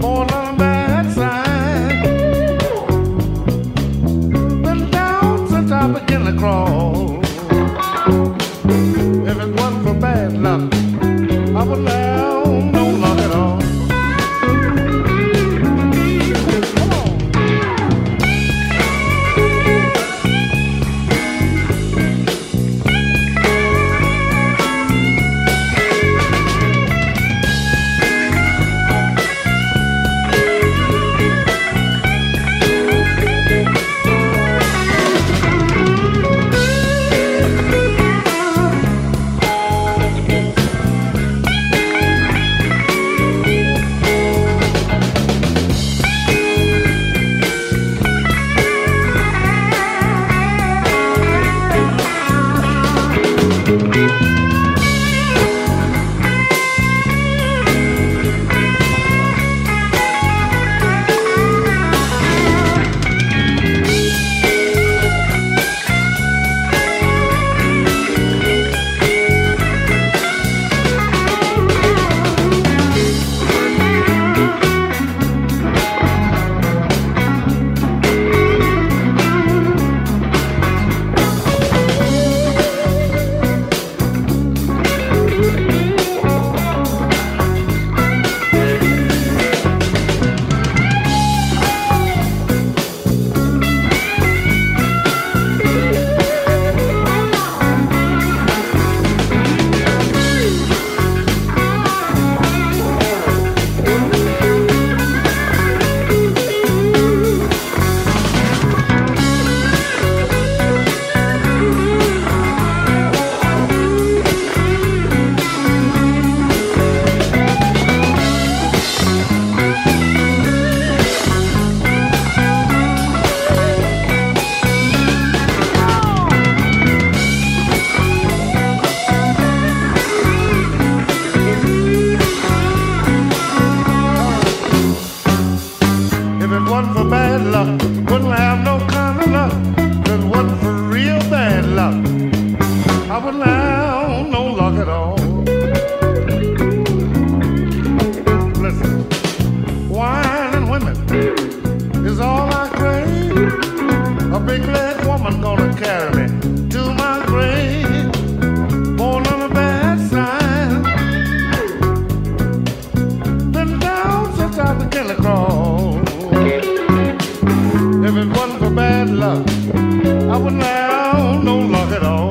For another bad sign. Been down since I began to crawl. If it wasn't for bad luck, I would now no luck at all. Come on. If it wasn't for bad luck, wouldn't have no kind of luck. If it wasn't for real bad luck, I wouldn't have no luck at all. Listen, wine and women is all I crave. A big leg woman gonna carry me to my grave. Born on a bad sign, been down since I began to crawl. If it wasn't for bad luck, I wouldn't have no luck at all.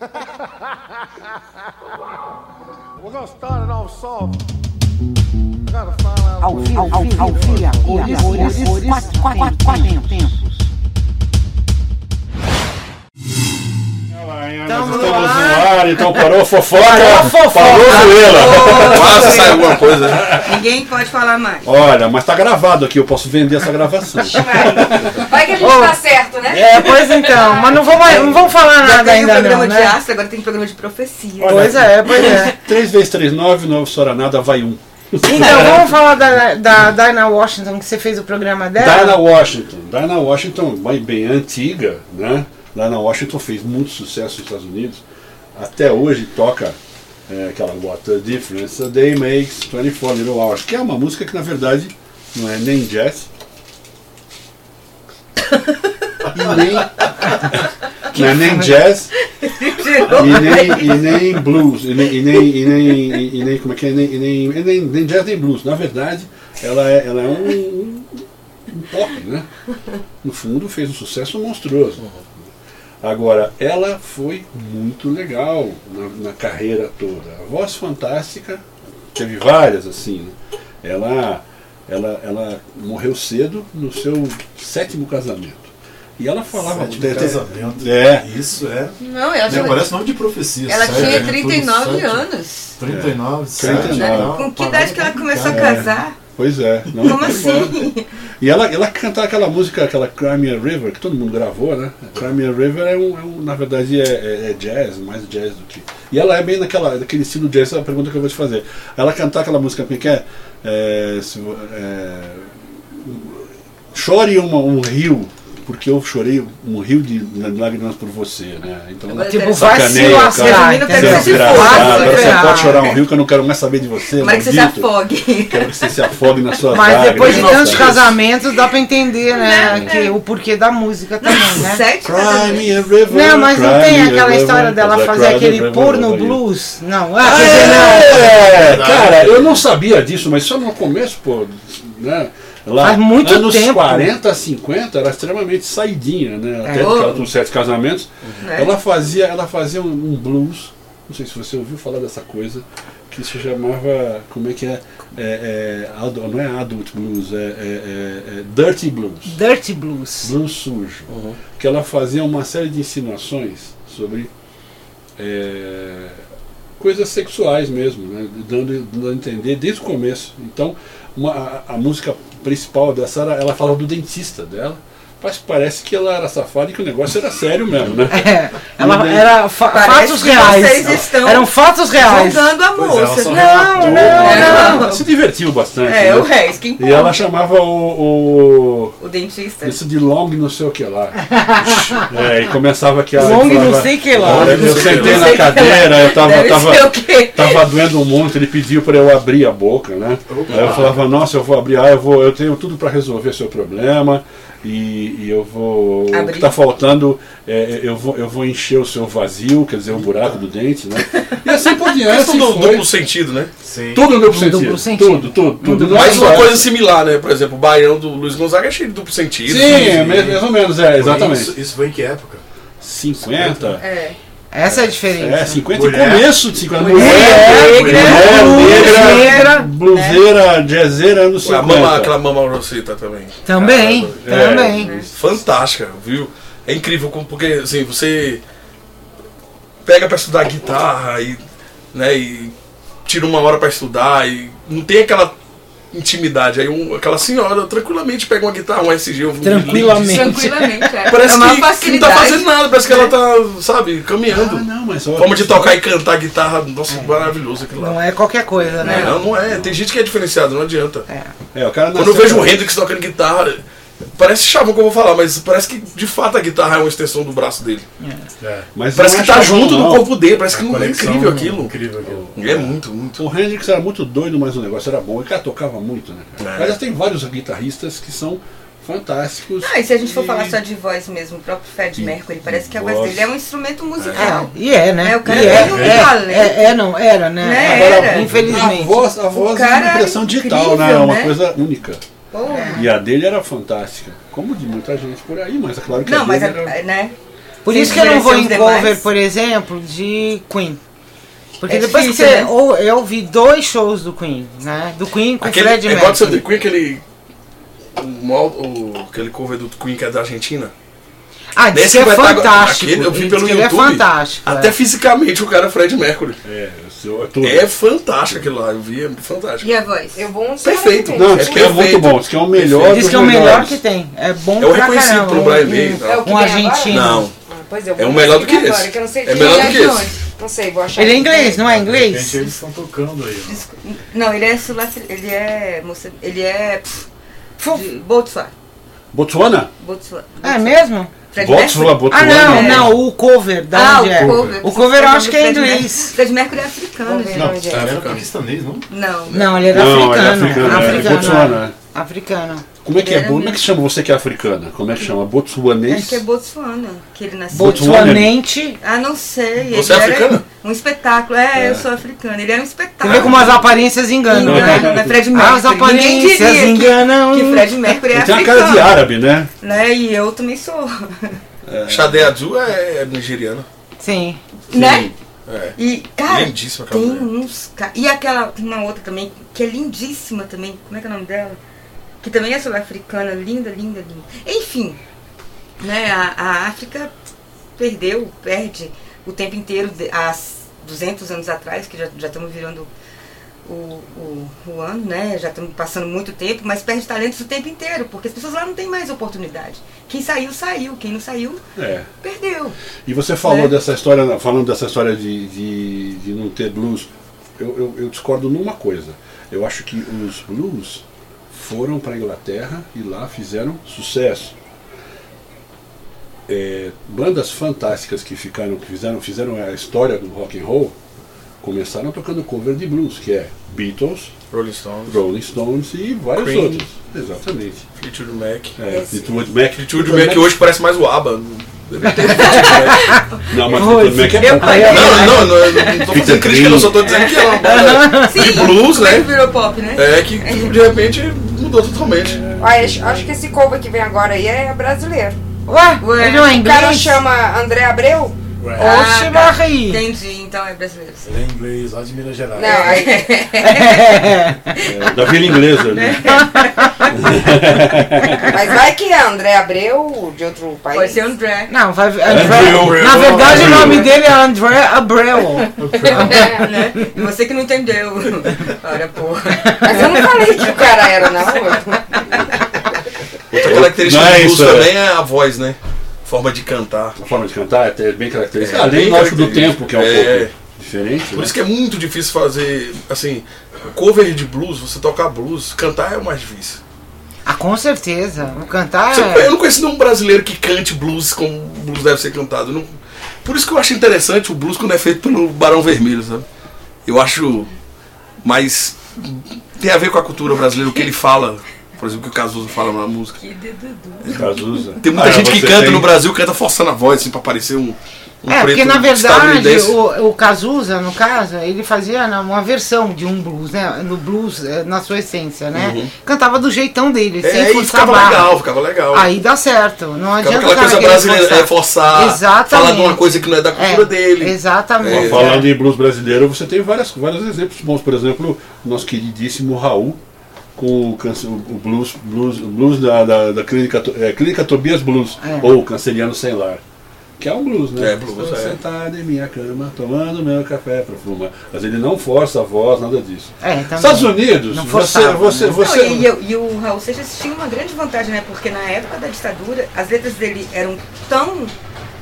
We're gonna start it off soft. I gotta find out.
Ao fio, ao fio, ao fio, a cores, cores, cores, quatro, quatro, quatro tempos.
Estamos
Tamo
no
no
ar, então parou a fofoca.
fofoca.
Parou a zoeira.
Quase sai alguma coisa, né?
Ninguém pode falar mais.
Olha, mas tá gravado aqui, eu posso vender essa gravação.
Vai. Vai que a gente
Ô.
tá certo, né?
É, pois então, mas não vamos, não vamos
Já
falar nada
tem o
ainda
programa
não,
de
né?
astro, agora tem programa de profecia.
Olha,
Pois é, pois é.
3 vezes 3, 9, 9 Soranada vai 1.
Então, vamos falar da, da Dinah Washington, que você fez o programa dela?
Dinah Washington. Dinah Washington, bem, bem antiga, né? Dinah Washington fez muito sucesso nos Estados Unidos. Até hoje toca é, aquela What a Difference a Day Makes 24 Little Hours, que é uma música que na verdade não é nem jazz. e nem. Não é nem jazz e nem, e nem blues, e nem, e nem, e nem, e nem como é que é, e nem, e nem, e nem, nem jazz nem blues. Na verdade, ela é, ela é um, um pop, né? No fundo, fez um sucesso monstruoso. Agora, ela foi muito legal na, na carreira toda. A voz fantástica, teve várias assim. né? Ela, ela, ela morreu cedo no seu sétimo casamento. E ela falava
Sétimo casamento.
É.
Isso é.
Não, eu acho
Não, parece nome de profecia.
Ela
sete,
tinha
né?
39
Tudo sete.
anos.
É.
39,
Com
7.
Com que idade que ela começou a casar?
Pois é. Não,
Como
não pode.
assim?
E ela, ela cantava aquela música, aquela Crimea River, que todo mundo gravou, né? Crimea River é um, é um- na verdade é, é- é jazz, mais jazz do que. E ela é bem naquela, naquele estilo jazz, essa é a pergunta que eu vou te fazer. Ela cantar aquela música, como é que é? É, se vo- é, chore uma- um rio, porque eu chorei um rio de lágrimas por você, né? Então ela
Tipo, vai se
sacaneia, o
lascar.
cara.
menino quer que
entendeu?
você se
Desgraçado,
fosse,
agora
ferrar.
você pode chorar um rio que eu não quero mais saber de você.
é
Tomara é que você se
maldito.
afogue.
Quero que você se afogue na sua
Mas depois de
lágrimas.
tantos casamentos, dá pra entender, né? que o porquê da música também, né?
Sete
Cry
casamentos.
me a river,
Não, mas não
cry
tem
me a
aquela
river, é
história dela
cry
fazer
me a
aquele
river,
porno
cry me a river.
blues? Não, ah, quer dizer, não.
É, cara, eu não sabia disso, mas só no começo, pô, né? Lá,
Faz muito
anos
tempo. né?
40, 50, era extremamente saidinha, né? Até
É.
porque ela tinha uns sete casamentos.
É.
Ela fazia, ela fazia um, um blues, não sei se você ouviu falar dessa coisa, que se chamava, como é que é? É, é, adu- não é adult blues, é, é- é- é dirty blues.
Dirty Blues.
Blues Sujo, que ela fazia uma série de insinuações sobre é, coisas sexuais mesmo, né, dando, dando a entender desde o começo. Então, uma- a, a música principal dessa era, ela falava do dentista dela, mas parece que ela era safada e que o negócio era sério mesmo, né?
É, ela
Não,
era fa-
Parece
fatos
que
reais.
vocês estão
Eram fatos reais.
Jogando a
Pois é, ela
moça. né?
só
Não,
relatou.
não, não.
Ela se divertiu bastante.
É,
né?
o resto, quem
E ela chamava o, o
O dentista.
isso de long não sei o que lá. É, e começava aquela.
Long
falava,
não sei que lá.
"Olha, Eu sentei
Não sei
na
que lá.
cadeira, eu tava,
Deve
tava,
ser o quê?
tava doendo um monte, ele pediu para eu abrir a boca, né? Aí eu falava, nossa, eu vou abrir, ah, eu, vou, eu tenho tudo para resolver seu problema e, e eu vou. O
Abrir.
que tá faltando, é, eu, vou, eu vou encher o seu vazio, quer dizer, o buraco do dente, né? E assim por diante.
Isso do
foi.
duplo sentido, né?
Sim.
Tudo no duplo
duplo
sentido. Tudo,
sentido.
tudo, tudo.
Mais
Não,
uma
não.
coisa similar, né? Por exemplo, o Baião do Luiz Gonzaga é cheio de duplo sentido.
Sim, é mais mais ou menos, é,
Isso,
exatamente.
isso foi em que época?
50?
É.
Essa é a diferença.
É, 50
Mulher.
e começo de 50. Mulher,
Mulher,
negra,
negra,
mulher,
negra,
negra, bluseira, jazzeira, anos 50.
A mama, aquela mama Rosita também.
Também,
É.
também.
Fantástica, viu? É incrível como, porque assim, você pega pra estudar guitarra e, né, e tira uma hora pra estudar e não tem aquela intimidade. Aí um- aquela senhora tranquilamente pega uma guitarra, um SG, um
Tranquilamente.
Tranquilamente, é.
Parece
é uma
que não
facilidade. né?
tá fazendo nada, parece que ela tá, sabe, caminhando.
Ah, não, mas olha,
Forma de tocar e cantar guitarra, nossa, maravilhoso aquilo lá.
Não é qualquer coisa, né?
Não, não é. Tem gente que é diferenciada, não adianta.
É, o cara
Quando eu vejo o Hendrix tocando guitarra, parece chato que eu vou falar, mas parece que de fato a guitarra é uma extensão do braço dele.
É.
mas
Parece
não
que
é
tá
chavão,
junto
não.
no corpo dele, parece que não é
Conexão
incrível aquilo.
Incrível aquilo.
É muito, muito.
O Hendrix era muito doido, mas o negócio era bom. E o cara tocava muito, né?
É.
Mas tem vários guitarristas que são fantásticos.
Ah, e se a gente for falar só de voz mesmo, o próprio Fred Mercury, parece que a voz
Voz.
dele é um instrumento musical.
E é, né?
É, o cara
e
tem um
é,
talento.
é, é, não, era, né?
Né, era.
A
Infelizmente.
voz, a voz é
cara
uma
é
impressão digital, né? É
incrível,
uma
né?
coisa única.
Porra.
E a dele era fantástica. Como de muita gente por aí, mas é claro que a
Não, mas,
dele era...
a- né?
Por
Sem
isso que eu não vou em
desmerecer os
cover,
demais.
por exemplo, de Queen. Porque
É
depois
difícil,
que você.
né?
Ou, eu vi dois shows do Queen, né? Do Queen com
Aquele,
Fred
é igual de
Mercury.
Queen, aquele. O, mal- o, aquele cover do Queen que é da Argentina.
Ah, diz
Esse
que é
vai estar agora-
fantástico.
aquele eu vi
Diz
pelo
que
YouTube.
Ele é fantástico.
Até
é.
fisicamente o cara é Fred Mercury.
É, o seu é tudo.
É fantástico aquilo lá. Eu vi, é fantástico.
E a voz?
Eu vou um
Perfeito.
Não,
É
diz que é muito
perfeito.
bom, diz que é o melhor.
Diz
dos
que é o melhor
melhores.
que tem. É bom
É o
pra
reconhecido
caramba.
pelo
um-
Brian May e
um-
tal. É o
que
Um
tem agora?
argentino.
Não,
Ah, pois eu
é
vou
o melhor do que
pesquisar agora,
esse.
que eu não sei
É
de
melhor
quem
do que
é de
esse.
Não sei, vou achar.
Ele é inglês, não é
Gente,
inglês?
eles estão tocando aí. ó.
Não, ele é sul-africano. Ele é. moça- Ele é. pff, de Botswana.
Botsuana?
Botswana.
É mesmo?
Fred
Botsula,
Mercury?
Ah,
Botsuana.
não,
é.
não, o cover da
Ah,
onde é.
o cover.
O cover eu acho que é
Fred Mercury.
inglês.
Fred Mercury é africano,
Vamos ver
gente.
onde é.
Ele era
Africano.
paquistanês, não?
Não.
Não, ele era
Não, ele é
africano.
africano, é,
africano,
Botsuana,
Africano.
Como é que é?
Ele era
Como é que chama você que é africana? Como é que chama? Botsuanês?
Acho que é Botswana que ele nasceu.
Botsuana.
Botsuanente.
Ah, não sei.
Você é
ele era
africana?
Um espetáculo. É, eu sou africana. Ele era um
Você
espetáculo.
vê como as aparências enganam,
Engano,
né?
né? Fred Mercury.
As
Ninguém diria
aparências
que-
enganam.
Que Fred Mercury é
Ele tem uma
africano.
cara de árabe, né?
Né? E eu também sou.
Xadé Azul é, é nigeriana.
Sim.
Né?
É.
E, cara,
Lindíssima aquela
tem um-
mulher.
uns. ca- E aquela, tem uma outra também, que é lindíssima também. Como é que é o nome dela? Que também é sul-africana, linda, linda, linda. Enfim, né? A, a África perdeu, perde o tempo inteiro, de- há 200 anos atrás, que já, já estamos virando o, o, o ano, né? Já estamos passando muito tempo, mas perde talentos o tempo inteiro, porque as pessoas lá não têm mais oportunidade. Quem saiu, saiu. Quem não saiu,
É.
perdeu.
E você falou
É.
dessa história, falando dessa história de, de, de não ter blues, eu, eu, eu discordo numa coisa. Eu acho que os blues foram para a Inglaterra e lá fizeram sucesso. É, bandas fantásticas que ficaram, que fizeram, fizeram a história do rock and roll começaram tocando cover de blues, que é Beatles,
Rolling Stones,
Rolling Stones e vários
Cream.
outros. Exatamente.
Fleetwood Mac. né?
É, Fleetwood Mac.
Fleetwood Mac hoje parece mais o ABBA.
Não, mas Fleetwood Mac é bom.
Não, não, não, eu não tô fazendo crítica, eu só tô dizendo que é uma banda de blues,
Ele
né?
virou pop, né?
É que de repente mudou totalmente.
Ah, acho, acho que esse cover que vem agora aí é brasileiro.
Ué,
Ué,
ele não é
O cara
inglês?
chama André Abreu?
Oxe,
Ah, tá.
Marie.
Entendi, então é brasileiro. sim.
Ele é inglês, lá de Minas Gerais.
Não, aí,
É, da Vila Inglesa, né?
mas vai que é André Abreu de outro país.
Pode ser um André.
Não,
É
vai.
Andrew.
Na verdade, o
Andrew.
nome dele é André Abreu.
né? E você que não entendeu. Olha, porra.
Mas eu não falei que o cara era, não.
Outra característica
Não é
do blues
isso, é.
também é a voz, né? Forma de cantar.
A forma de cantar é até bem característica.
É,
Além,
bem
lógico, do
característica.
tempo, que é um
É.
pouco diferente.
Por
né?
isso que é muito difícil fazer, assim, cover de blues, você tocar blues, cantar é o mais difícil.
Ah, com certeza. O cantar
Você não conhe-
é.
Tipo, Eu não conheço nenhum brasileiro que cante blues como o blues deve ser cantado. Não- Por isso que eu acho interessante o blues quando é feito pelo Barão Vermelho, sabe? Eu acho mais. tem a ver com a cultura brasileira, o que ele fala. Por exemplo, o que o Cazuza fala na música.
Cazuza.
Tem muita
Ah,
gente que
você
canta
tem-
no Brasil, canta forçando a voz, assim, pra parecer um, um
É,
preto
porque na verdade
estadunidense.
o, o Cazuza, no caso, ele fazia na- uma versão de um blues, né? No blues, eh, na sua essência, né? Cantava do jeitão dele,
Uhum. É,
sem
e
forçar a
ficava
barra.
legal, ficava legal.
Aí dá certo. Não
Ficava
adianta
aquela
o cara
coisa
querer
brasileira, é forçar,
Exatamente.
falar de uma coisa que não é da
É,
cultura dele.
Exatamente.
Mas Falando em blues brasileiro, você tem várias, vários exemplos bons. Por exemplo, o nosso queridíssimo Raul, com o, canc- o blues, blues, o blues da, da, da clínica, To- é, Clínica Tobias Blues,
É.
ou Canceriano Sem Lar. Que é um blues, né?
É, blues,
Estou
é.
sentado em minha cama, tomando meu café pra fumar. Mas ele não força a voz, nada disso.
É, também.
Estados Unidos,
Não
você,
forçava,
você,
né?
você,
Não, e, é eu- e o Raul Seixas tinha uma grande vantagem, né? Porque na época da ditadura, as letras dele eram tão,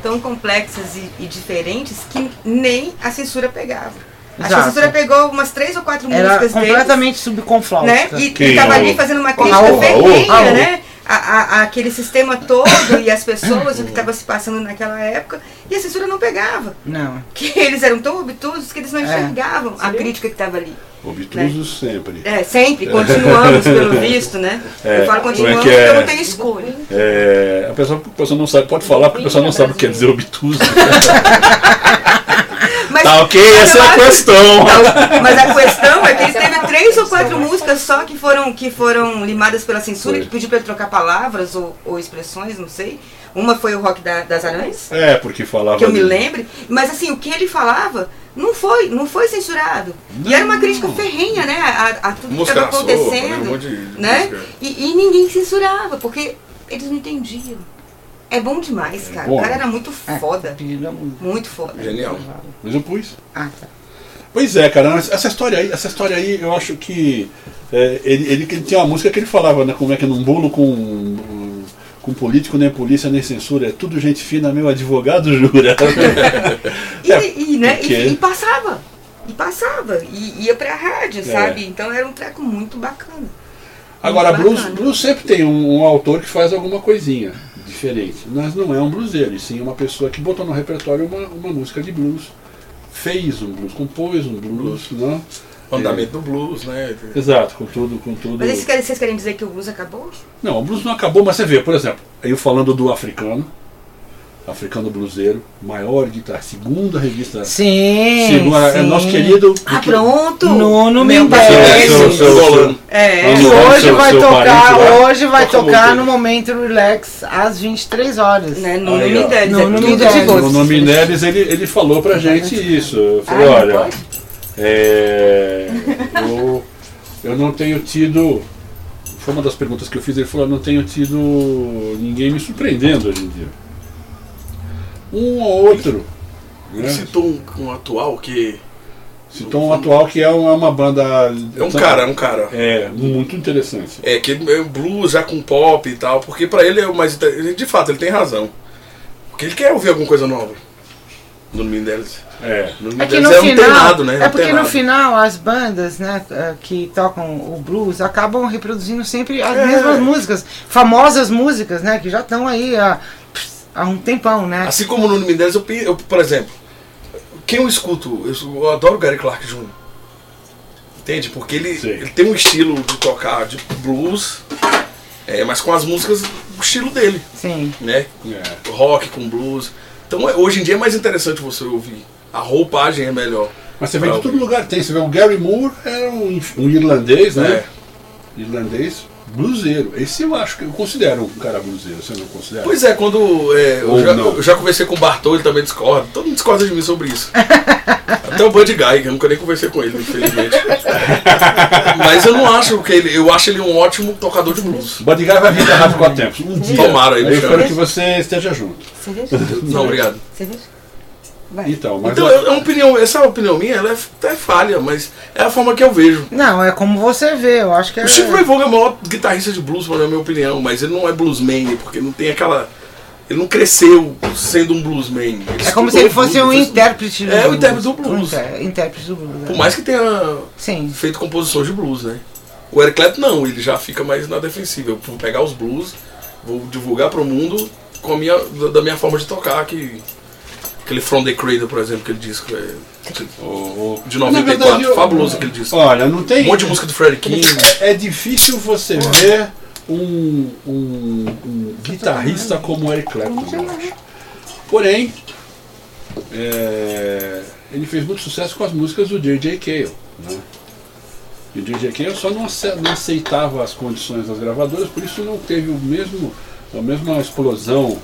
tão complexas e, e diferentes que nem a censura pegava. A
Exato.
censura pegou umas três ou quatro
Era
músicas dele.
completamente subconflauta.
né? E,
Quem
e tava
é o-
ali fazendo uma
Raul,
crítica
Raul.
ferrenha, né? A, a- a aquele sistema todo e as pessoas, o que estava se passando naquela época, e a censura não pegava.
Não.
Que eles eram tão obtusos que eles não
É.
enxergavam a crítica que estava ali.
obtuso sempre.
É, sempre, continuamos, pelo visto, né?
É,
eu falo
como é
continuamos
que é?
porque eu não tenho escolha.
É, a pessoa, a pessoa não sabe, pode falar porque a pessoa não sabe o que quer dizer obtuso.
Mas,
Tá ok,
mas
essa
eu
é a
acho-
questão.
Não, mas a questão é que ele teve três ou quatro músicas só que foram, que foram limadas pela censura,
Foi.
que pediu pra ele trocar palavras ou, ou expressões, não sei. Uma foi o rock da- das aranhas.
É, porque falava.
que eu me
de-
lembre, mas assim, o que ele falava Não foi, não foi censurado. e era uma crítica ferrenha, né? A, a tudo que
Música
estava
na sopa, né,
acontecendo.
um monte de
né?
música.
E, e ninguém censurava, porque eles não entendiam. É bom demais, cara.
bom.
O cara era muito
É,
foda.
pedido da música.
Muito foda.
Genial.
Mas eu pus.
Ah, tá.
Pois é, cara, mas essa história aí, essa história aí eu acho que é, ele, ele, ele tinha uma música que ele falava, né? Como é que é num bolo com, com político, nem polícia, nem censura, é tudo gente fina, meu advogado jura.
E,
É,
e, né,
porque-
e, e passava. E passava. E ia pra rádio,
É.
sabe? Então era um treco muito bacana.
É Agora,
Muito
blues,
bacana.
blues sempre tem um, um autor que faz alguma coisinha diferente, mas não é um bluseiro, e sim uma pessoa que botou no repertório uma, uma música de blues, fez um blues, compôs um blues, né? É,
O Andamento do blues, né?
Exato, com tudo, com tudo.
Mas vocês querem, vocês querem dizer que o blues acabou?
Não, o blues não acabou, mas você vê, por exemplo, eu falando do africano, africano bluseiro, maior guitarra, segunda revista.
Sim.
Segunda, é
sim.
nosso querido. é,
Ah, pronto!
Nuno
Meu
Mendes.
Seu- seu- seu-
É.
Que hoje
Seu-
vai
seu
tocar,
parente lá,
hoje vai
toca
tocar
muito.
no momento relax às 23 horas.
Né? Nuno
Aí, ó.
Mendes, é
Nuno
tudo de
Mendes.
O
gosto.
Nuno Mineles, ele, ele falou pra gente isso. Eu falei,
Ah, não
olha,
pode?
é, eu, eu não tenho tido. Foi uma das perguntas que eu fiz, ele falou, eu não tenho tido ninguém me surpreendendo hoje em dia. Um ou outro.
Ele
Né?
citou um, um atual que.
Citou um atual que é uma, uma banda.
É um cara, é um cara.
É, muito interessante.
É, que ele é um blues já com pop e tal, porque pra ele é o mais. inter- ele- De fato, ele tem razão. Porque ele quer ouvir alguma coisa nova. No Mindelis.
É.
No
É que
Minelis
no
é um
final,
treinado, né?
é
um
porque no
treinado.
final as bandas, né, eh, que tocam o blues acabam reproduzindo sempre as
É.
mesmas músicas, famosas músicas, né, que já estão aí há, há um tempão, né?
Assim como no Minelis, eu, pe- eu, por exemplo, quem eu escuto, eu, sou- eu adoro o Gary Clark Jr. Entende? Porque ele,
Sim.
ele tem um estilo de tocar de blues, é, mas com as músicas, o estilo dele,
Sim.
né?
é.
Rock com blues. Então é- hoje em dia é mais interessante você ouvir. A roupagem é melhor.
Mas você vê
Pra
de todo lugar tem. Você vê o Gary Moore, era um, inf- um irlandês, né?
É.
Irlandês, bluseiro. Esse eu acho que eu considero um cara bluseiro, você não considera?
Pois é, quando é, eu,
Ou
já,
não.
eu já conversei com o Bartol, ele também discorda. Todo mundo discorda de mim sobre isso. Até o Buddy Guy, que eu nunca nem conversei com ele, infelizmente. Mas eu não acho que ele. Eu acho ele um ótimo tocador de blues.
Buddy Guy é. vai vir da Rádio Quatro Tempos. Um dia.
Tomara, aí
Aí
me
eu
chama.
espero que você esteja junto.
Cerveja?
Não, obrigado.
Cerveja?
Então, mas.
Então,
ó,
eu- é uma opinião, essa opinião minha, ela é f- até falha, mas é a forma que eu vejo.
Não, é como você vê, eu acho que é.
O Steve Ray Vaughan é o maior guitarrista de blues, na minha opinião, mas ele não é bluesman, porque não tem aquela. Ele não cresceu sendo um bluesman.
É como se ele fosse um
intérprete.
intérprete do
É, o
blues.
intérprete do blues.
Um inter- intérprete do blues.
Por
é.
mais que tenha
Sim.
feito composições de blues, né? O Eric Clapton não, ele já fica mais na defensiva. Eu vou pegar os blues, vou divulgar pro mundo com a minha, da- da minha forma de tocar, que aquele From the Cradle, por exemplo, que ele diz que é
o- o-
de
Na
94,
verdade, eu-
fabuloso aquele disco.
Olha, não tem.
Um monte de música do Freddie King.
É, é difícil você ver um, um- um guitarrista como Eric Clapton. eu acho. Porém, é, ele fez muito sucesso com as músicas do J.J. Cale. né? E o J.J. Cale só não ace- não aceitava as condições das gravadoras, por isso não teve o mesmo, a mesma explosão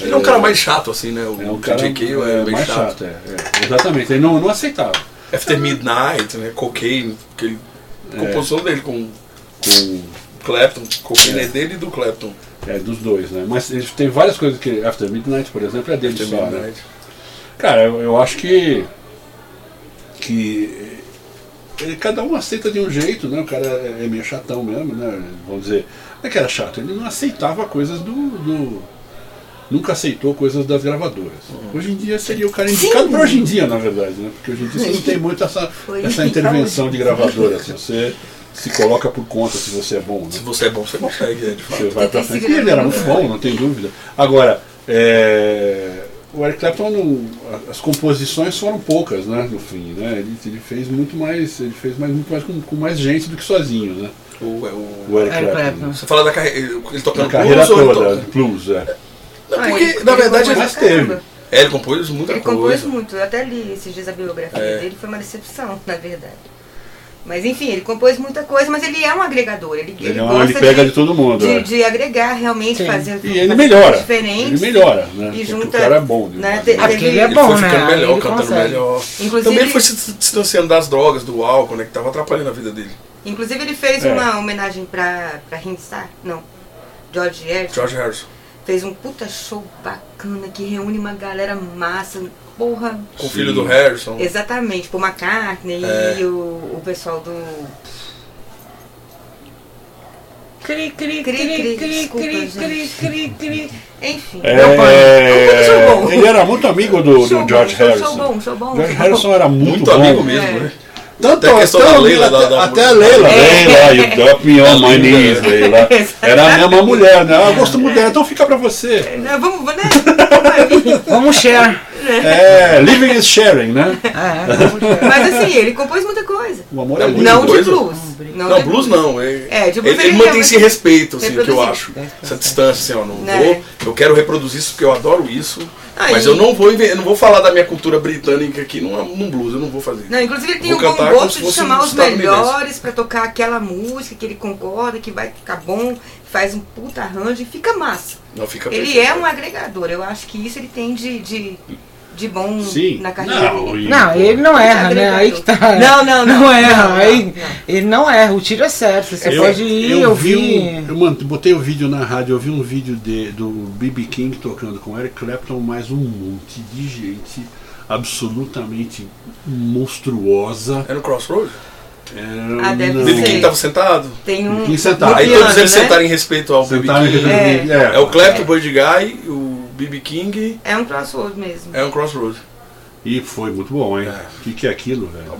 Ele é um cara mais chato, assim, né? O
é um cara
DJ Cale é, bem
mais
chato.
chato. é, é. Exatamente, ele não, não aceitava.
After Midnight, né? Cocaine, que ele,
É.
composição dele com
Com-
Clapton, Cocaine é, dele e do Clapton.
é, dos dois, né? Mas ele tem várias coisas que After Midnight, por exemplo, é dele
After
só, né?
Midnight.
Cara, eu, eu acho que que ele, cada um aceita de um jeito, né? O cara é é meio chatão mesmo, né? Vamos dizer, não é que era chato, ele não aceitava coisas do, do- nunca aceitou coisas das gravadoras. Hoje em dia seria o cara indicado para hoje em dia, na verdade, né? Porque hoje em dia você não tem muito essa,
Foi.
essa intervenção de gravadoras. Você se coloca por conta se você é bom, né?
Se você é bom, você consegue, é, de fato.
Você vai pra frente. E ele era muito bom, não tem dúvida. Agora, é, o Eric Clapton, não- as composições foram poucas, né? No fim, né? Ele, ele fez muito mais, ele fez mais, muito mais com, com mais gente do que sozinho, né?
O, é o-
O Eric
Eric
Clapton.
Clapton.
né?
Você fala da carreira. Ele
Na
tocando
carreira
blues ou ele
toda,
toca?
blues, é.
Não,
Ah,
então, porque,
ele-
na
ele
verdade,
compôs
ele,
mas teve.
caramba.
é, ele compôs muita
Ele compôs
coisa.
muito. Eu até li esses dias a biografia
É.
dele. Foi uma decepção, na verdade. Mas enfim, ele compôs muita coisa, mas ele é um agregador. Ele,
Ele é um- ele pega de todo mundo,
De,
é.
de agregar realmente, fazer
E ele
fazer
melhora.
diferente.
Ele melhora, né?
E
Porque
junta.
o cara é bom, né?
Né? Te-
Ah, porque
teve-
ele é bom,
foi ficando
né?
melhor,
Ele
cantando
consegue.
melhor.
Inclusive-
Também ele foi se dis- distanciando das drogas, do álcool, né? Que tava atrapalhando a vida dele.
Inclusive ele fez
É.
uma homenagem pra, pra Rinstar, não, George Harrison.
George Harrison.
Fez um puta show bacana que reúne uma galera massa, porra.
Com o filho do Harrison.
Exatamente, Paul McCartney e o, o pessoal do...
Cri,
Cri,
cri, cri,
cri,
cri, cri,
desculpa,
cri, cri,
gente.
cri, cri.
Enfim.
É,
Não, pai.
É um show bom.
ele era muito amigo do, do
Show bom,
George
show-
Harrison.
Show bom, show bom.
George
show bom.
Harrison era muito,
Muito
bom.
amigo mesmo,
É.
né?
Tanto
Até a questão
Então, até
da
o
Leila,
Leila,
da- da-
até a Leila,
É.
Leila, you drop me on my knees, Leila. Era a mesma mulher, né? Ah, Eu gosto muito dela, então fica pra você.
Né, Vamos, vamos, né?
Vamos share.
É, living is sharing, né?
É, vamos share.
Mas assim, ele compôs muita coisa.
O amor
É
é
muito
muito.
Não de
coisa.
blues.
Não,
de
blues não. Ele,
É, de blues
ele, ele
ele
mantém esse
realmente
respeito, assim, que eu
reproduzir.
acho. Essa distância, assim, ó, não
Né?
vou. Eu quero reproduzir isso porque eu adoro isso.
Ah,
Mas
e-
eu não vou inven- eu não vou falar da minha cultura britânica aqui num, num blues, eu não vou fazer.
Não, inclusive ele tem
Vou
um bom
cantar como se
gosto de
fosse
chamar
um
os
estadunidense.
melhores pra tocar aquela música que ele concorda, que vai ficar bom, faz um puta arranjo e fica massa.
Não fica
Ele
perfeito.
é um agregador, eu acho que isso ele tem de, de, de bom
Sim.
na carreira
Não,
dele.
e-
Não, ele não erra, né? Aí que tá.
Não, não, não.
Não erra.
Não,
aí,
não, não.
Ele não erra, o tiro é certo. Você
Eu,
pode ir,
eu vi,
ouvir.
um- eu mant- botei o vídeo na rádio, eu vi um vídeo de, do B.B. King tocando com Eric Clapton, mais um monte de gente absolutamente monstruosa. É,
É no Crossroad?
Era,
Ah, deve
não,
ser.
Ele quem tava tá sentado?
Tem um.
Quem sentar.
um
Tá,
Aí
piano,
todos eles
né?
sentaram em respeito ao BB
Sentaram
King.
em-
É, o Clapton, o Bird Guy, o BB King,
É um crossover mesmo.
é um Crossroad. Tá
E foi muito bom, hein? O que, que é aquilo, velho?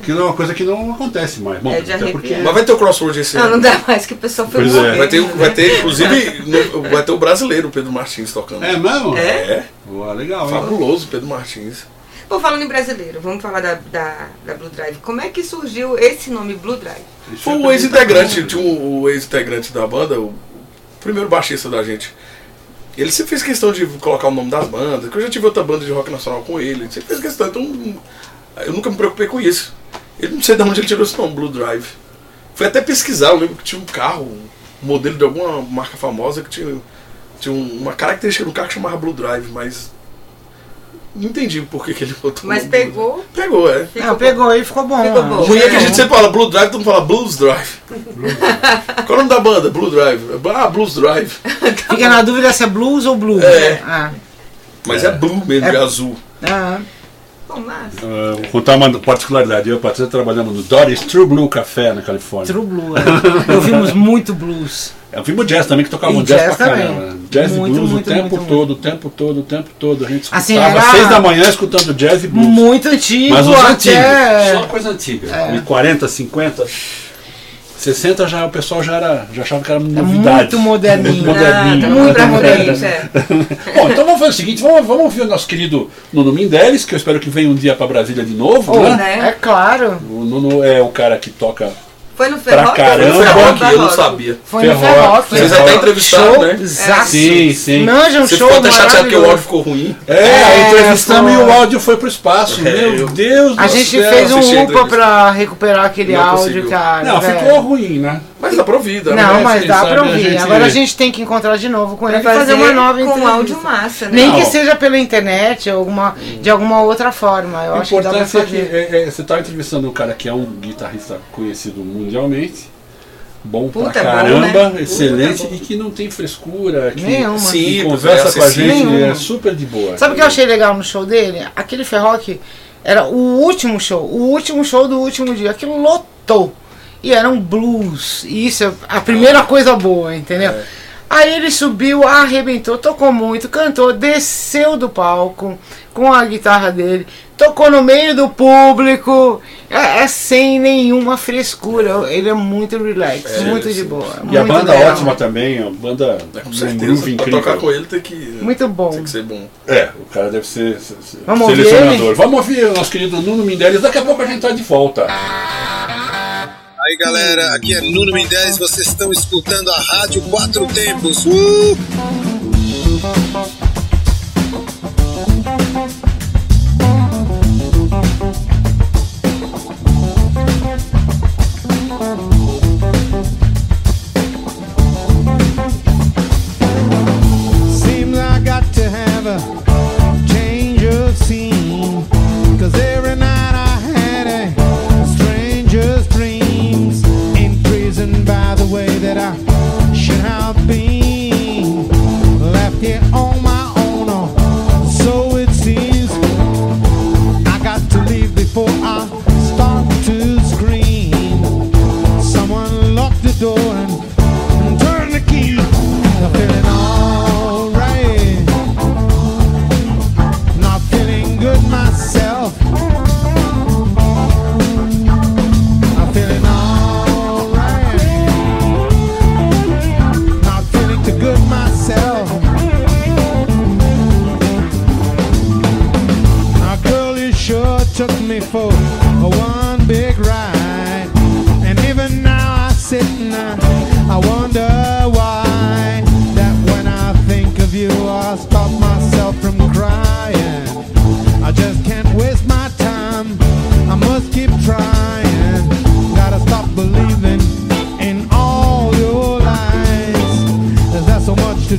Aquilo é uma coisa que não acontece mais. Bom,
É de
até
arrepiar.
porque.
Mas vai ter o Crossroad esse
Não,
ano.
não dá mais que o pessoal foi
Pois é.
morrer,
Vai ter, um-
né?
vai ter, inclusive, no- vai ter o brasileiro Pedro Martins tocando.
É mesmo?
É?
É,
Boa, legal, hein?
fabuloso Pedro Martins.
Pô, falando em brasileiro, vamos falar da, da, da Blue Drive. Como é que surgiu esse nome Blue Drive?
Isso
Foi
é
o
pra-
ex-integrante, tinha um, o ex-integrante da banda, o primeiro baixista da gente. Ele sempre fez questão de colocar o nome das bandas, que eu já tive outra banda de rock nacional com ele, ele sempre fez questão, então eu nunca me preocupei com isso. Ele não sei de onde ele tirou esse nome, Blue Drive. Fui até pesquisar, eu lembro que tinha um carro, um modelo de alguma marca famosa que tinha, tinha um- uma característica do carro que chamava Blue Drive, mas não entendi por que, que ele botou. o
Mas
nome Blue
pegou.
Drive. Pegou, é.
Não, pegou aí, ficou bom.
Ficou bom.
Por é que que
É.
a gente sempre fala Blue Drive, todo mundo fala Blues Drive. Qual é o nome da banda? Blue Drive. Ah, Blues Drive.
Fica na dúvida se é blues ou blue.
É.
Ah,
Mas é, blue mesmo, é, azul.
ah,
Pô, massa.
Ah, vou contar uma particularidade. Eu e a Patrícia trabalhamos no Doris True Blue Café na Califórnia.
true blue. É. Ouvimos muito blues.
Eu vi o jazz também, que tocava
E
um jazz,
jazz
pra
também.
caramba. né? Jazz
Muito,
e blues
muito,
o tempo
muito,
todo, o tempo todo, o tempo todo. A gente escutava
Assim,
às
era-
seis da manhã escutando jazz e blues.
Muito antigo,
Mas os antigos, só
até. É.
coisa antiga. De 40, 50, 60 já o pessoal já, era, já achava que era novidade.
muito moderninho. Ah,
Muito moderninho.
tá
né?
muito pra
moderninho.
frente, é.
Bom, então vamos fazer o seguinte, vamos, vamos ouvir o nosso querido Nuno Mindeles, que eu espero que venha um dia pra Brasília de novo,
Oh,
né?
né?
É claro.
O Nuno é o cara que toca
Foi no Ferroca?
caramba.
é
Foi rock, eu não
Ferroca.
sabia.
Foi no
Ferroca.
Ferroc.
Vocês até entrevistaram,
Show,
né?
Sim, sim.
Manja um
Você
show
ficou até chateado porque o áudio
maravilhoso.
ficou ruim.
É,
É,
entrevistamos
pô.
e o áudio foi pro espaço.
É,
Meu
eu-
Deus do
A gente
céu.
fez
assisti a
um UPA
entrevista.
pra recuperar aquele
Não
áudio,
conseguiu.
cara. é.
Não,
velho.
ficou ruim, né?
Mas dá pra ouvir, dá
Não,
né?
mas
Quem
dá
sabe
pra
a
ouvir.
gente-
Agora a gente tem que encontrar de novo com ele
Pra
e fazer uma nova
um com
entrevista.
áudio massa, né?
Nem
Não.
que seja pela internet ou alguma, de alguma outra forma. Eu
O
acho que dá pra
importante é que
fazer.
é, é, você tá entrevistando um cara que é um guitarrista conhecido mundialmente, bom
Puta,
pra
é
bom,
caramba,
né? Puta,
excelente,
bom.
e que não tem frescura, que,
Nenhuma.
que
Sim,
conversa
é
com a gente,
acessível.
é
Nenhuma.
super de boa.
Sabe o que eu achei legal no show dele? Aquele Ferroc era o último show, o último show do último dia. Aquilo lotou. E era um blues. E isso é a primeira coisa boa, entendeu?
É.
Aí ele subiu, arrebentou, tocou muito, cantou, desceu do palco com a guitarra dele, tocou no meio do público, é, é sem nenhuma frescura. Ele é muito relax,
É,
muito de
sim.
boa.
E a
muito
banda é
legal.
ótima também, a banda
É, com
um
certeza.
groove
pra
incrível.
tocar com ele tem que,
Muito bom.
tem que ser bom.
É, o cara deve ser se- se-
Vamos ouvir
selecionador.
ele?
Vamos ouvir o nosso querido Nuno Mindeles, daqui a pouco a gente tá de volta.
Aí galera, aqui é Nuno Mendes, vocês estão escutando a Rádio Quatro Tempos. Uh!
uh,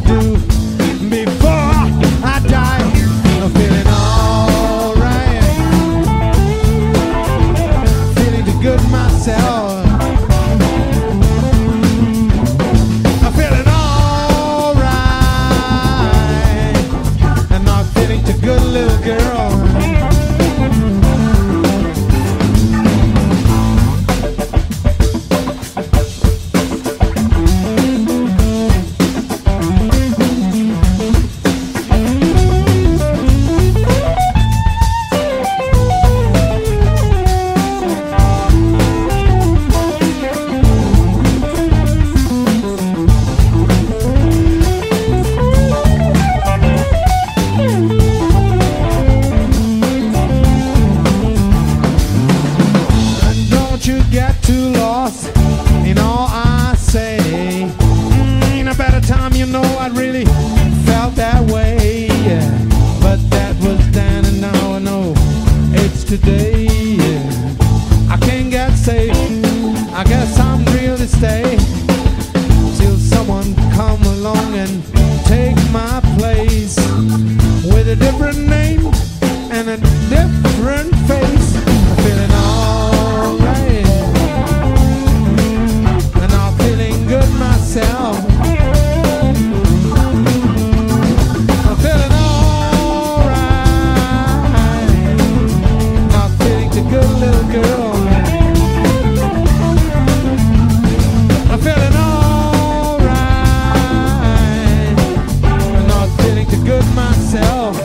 do before I die. I'm feeling alright, feeling the good myself. I'm feeling alright, and I'm feeling the good little girl. Don't you get too lost in all I say. Mm, in a better time, you know I really felt that way. Yeah. But that was then, and now I know it's today. Yeah. I can't get safe. I guess I'm real to stay till someone come along and take my place with a different name and a different face. I'm feeling alright, and I'm feeling good myself. I'm feeling alright, I'm feeling the good little girl. I'm feeling alright. I'm not feeling too good myself.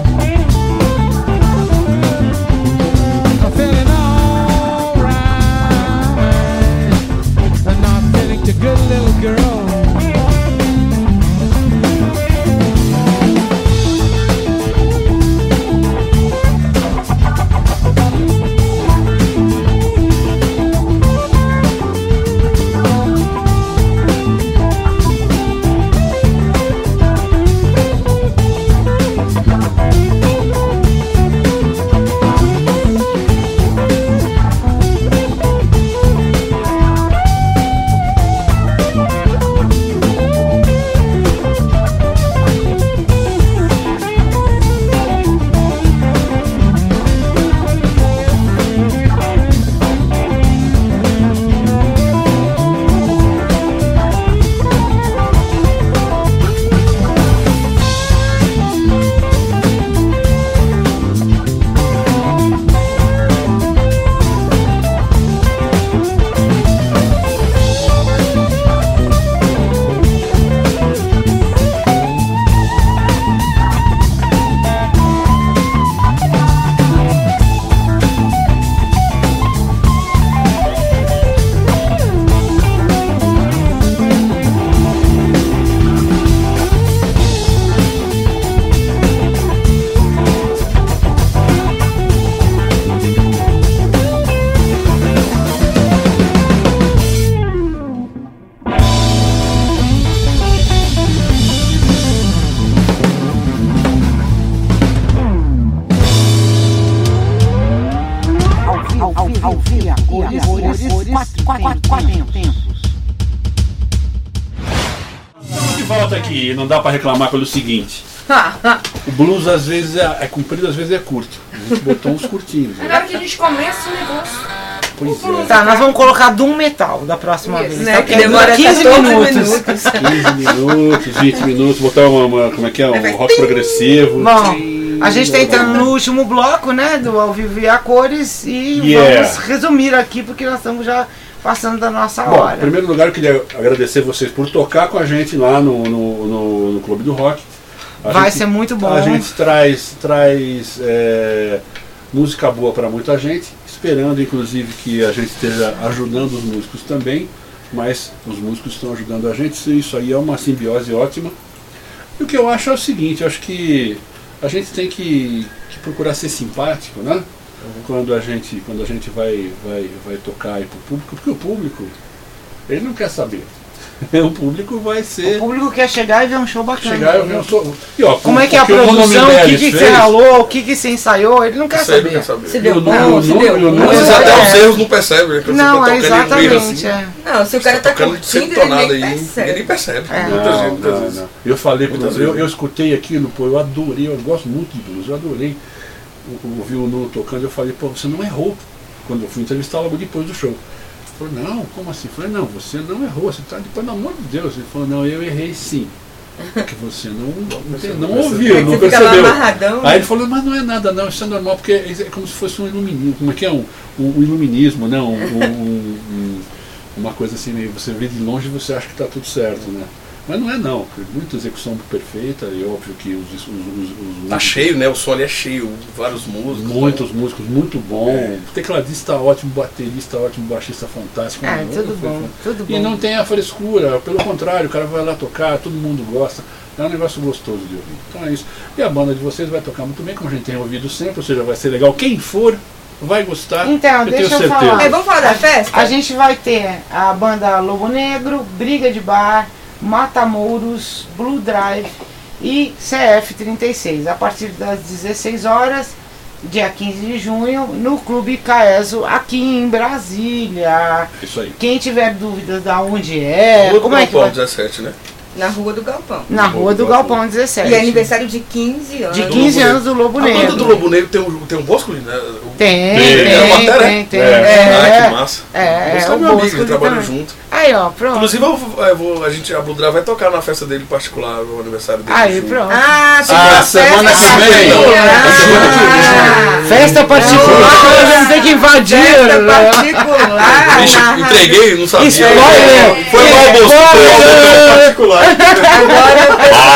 I'm feeling alright. I'm not feeling too good, little girl.
Alvia, cores, cores, quatro, quatro, quatro tempos.
Estamos de volta aqui, não dá pra reclamar pelo seguinte.
Ah,
O blues às vezes é, é comprido, às vezes é curto. A gente botou uns curtinhos. né?
Na hora que a gente começa o negócio.
Pois é,
Tá, nós vamos colocar Doom Metal da próxima
Isso,
vez.
né,
tá?
que
Porque dura
demora
15
14
minutos.
minutos.
15 minutos, 20 minutos, botar uma, uma- como é que é? Um rock progressivo.
Bom, a gente tá entrando no último bloco, né? Do Ao Vivo e a Cores. E
Yeah.
vamos resumir aqui, porque nós estamos já passando da nossa
Bom,
hora.
em primeiro lugar eu queria agradecer vocês por tocar com a gente lá no, no, no- no Clube do Rock. A
Vai
gente-
ser muito bom.
A gente traz, traz é, música boa para muita gente, esperando inclusive que a gente esteja ajudando os músicos também, mas os músicos estão ajudando a gente, sim, isso aí é uma simbiose ótima. E o que eu acho é o seguinte, eu acho que a gente tem que, que procurar ser simpático, né?
Uhum.
Quando a gente, quando a gente vai, vai, vai tocar aí pro público, porque o público, ele não quer saber. o público vai
O
ser.
público quer chegar e ver um show bacana.
Chegar eu vi um som. E, ó,
Como é que é a
o Nuno
produção, o que,
Meirelles
que você
fez,
ralou, o que, que você ensaiou, ele não quer
Isso é aí não
saber.
quer saber.
Se
e
deu
o
não,
Nuno-
se
Nuno-
deu
e o Nuno-
Às vezes
Não,
até
é.
os erros não percebem, né? Quando
Não,
você tá
é
tocando em um erro assim,
exatamente. é.
Não, se o
Você
cara
tá
tá
tocando
curtindo,
sem
ele nem
tonada aí, ninguém nem
percebe.
percebe.
É.
Não,
Muitas vezes, muitas
não,
vezes.
não. Eu falei pro
Muitas
Nuno, eu,
vezes.
eu escutei aquilo, pô, eu adorei, eu gosto muito de blues, eu adorei o- o- ouvir o Nuno tocando, eu falei, pô, você não errou quando eu fui entrevistar logo depois do show. Ele falou, não, como assim? Eu falei, não, você não errou, você tá depois, pelo amor de Deus. Ele falou, não, eu errei sim. Porque você não, não, não ouviu,
Você
não
fica lá
percebeu.
amarradão.
Aí ele falou, mas não é nada não, isso é normal, porque é como se fosse um iluminismo, como é que é? Um, um- um iluminismo, né? Um- um- um- um- uma coisa assim, meio você vê de longe e você acha que está tudo certo, né? Mas não é não, muita execução perfeita, e óbvio que os, os, os- os-
Tá cheio, né? O som ali é cheio, vários músicos.
muitos músicos muito bom,
É.
tecladista ótimo, baterista ótimo, baixista fantástico.
É,
né?
tudo
Foi-
bom, tudo
E
bom.
não tem a frescura, pelo contrário, o cara vai lá tocar, todo mundo gosta. É um negócio gostoso de ouvir. Então é isso. E a banda de vocês vai tocar muito bem, como a gente tem ouvido sempre, ou seja, vai ser legal. Quem for vai gostar.
Então,
eu
deixa
tenho
eu
certeza.
falar.
Aí, vamos falar da festa?
A gente vai ter a banda Lobo Negro, Briga de Bar, Matamouros, Blue Drive e CF36. A partir das 16 horas, dia 15 de junho, no Clube Caeso, aqui em Brasília.
Isso aí.
Quem tiver dúvidas da onde é,
Outro
como é que
Galpão
vai?
17, né?
Na rua do Galpão.
Na Rua do Galpão 17.
E é aniversário de 15 anos.
De 15 anos do Lobo
A banda do
Negro.
Lobo Negro tem um, tem um bosco, né? O-
Tem,
Tem.
É uma
tem,
matéria?
tem, tem.
Ah, que
É,
massa.
é,
Eles
é,
são
o
meu amigo,
Bosco
eles
ali
trabalham
também.
junto.
Aí, ó, pronto.
Inclusive, eu vou- eu vou- a gente, a Blue Drive vai tocar na festa dele particular, no aniversário dele.
Aí,
Sim.
pronto.
Ah, tem
Ah,
uma
semana
festa
que vem.
particular.
Ah, semana que
Festa particular, a gente tem que invadir.
Festa
né?
particular.
Ah,
Vixe,
na
entreguei, não sabia.
é Spoiler!
Foi mal, bolso. Foi mal, particular.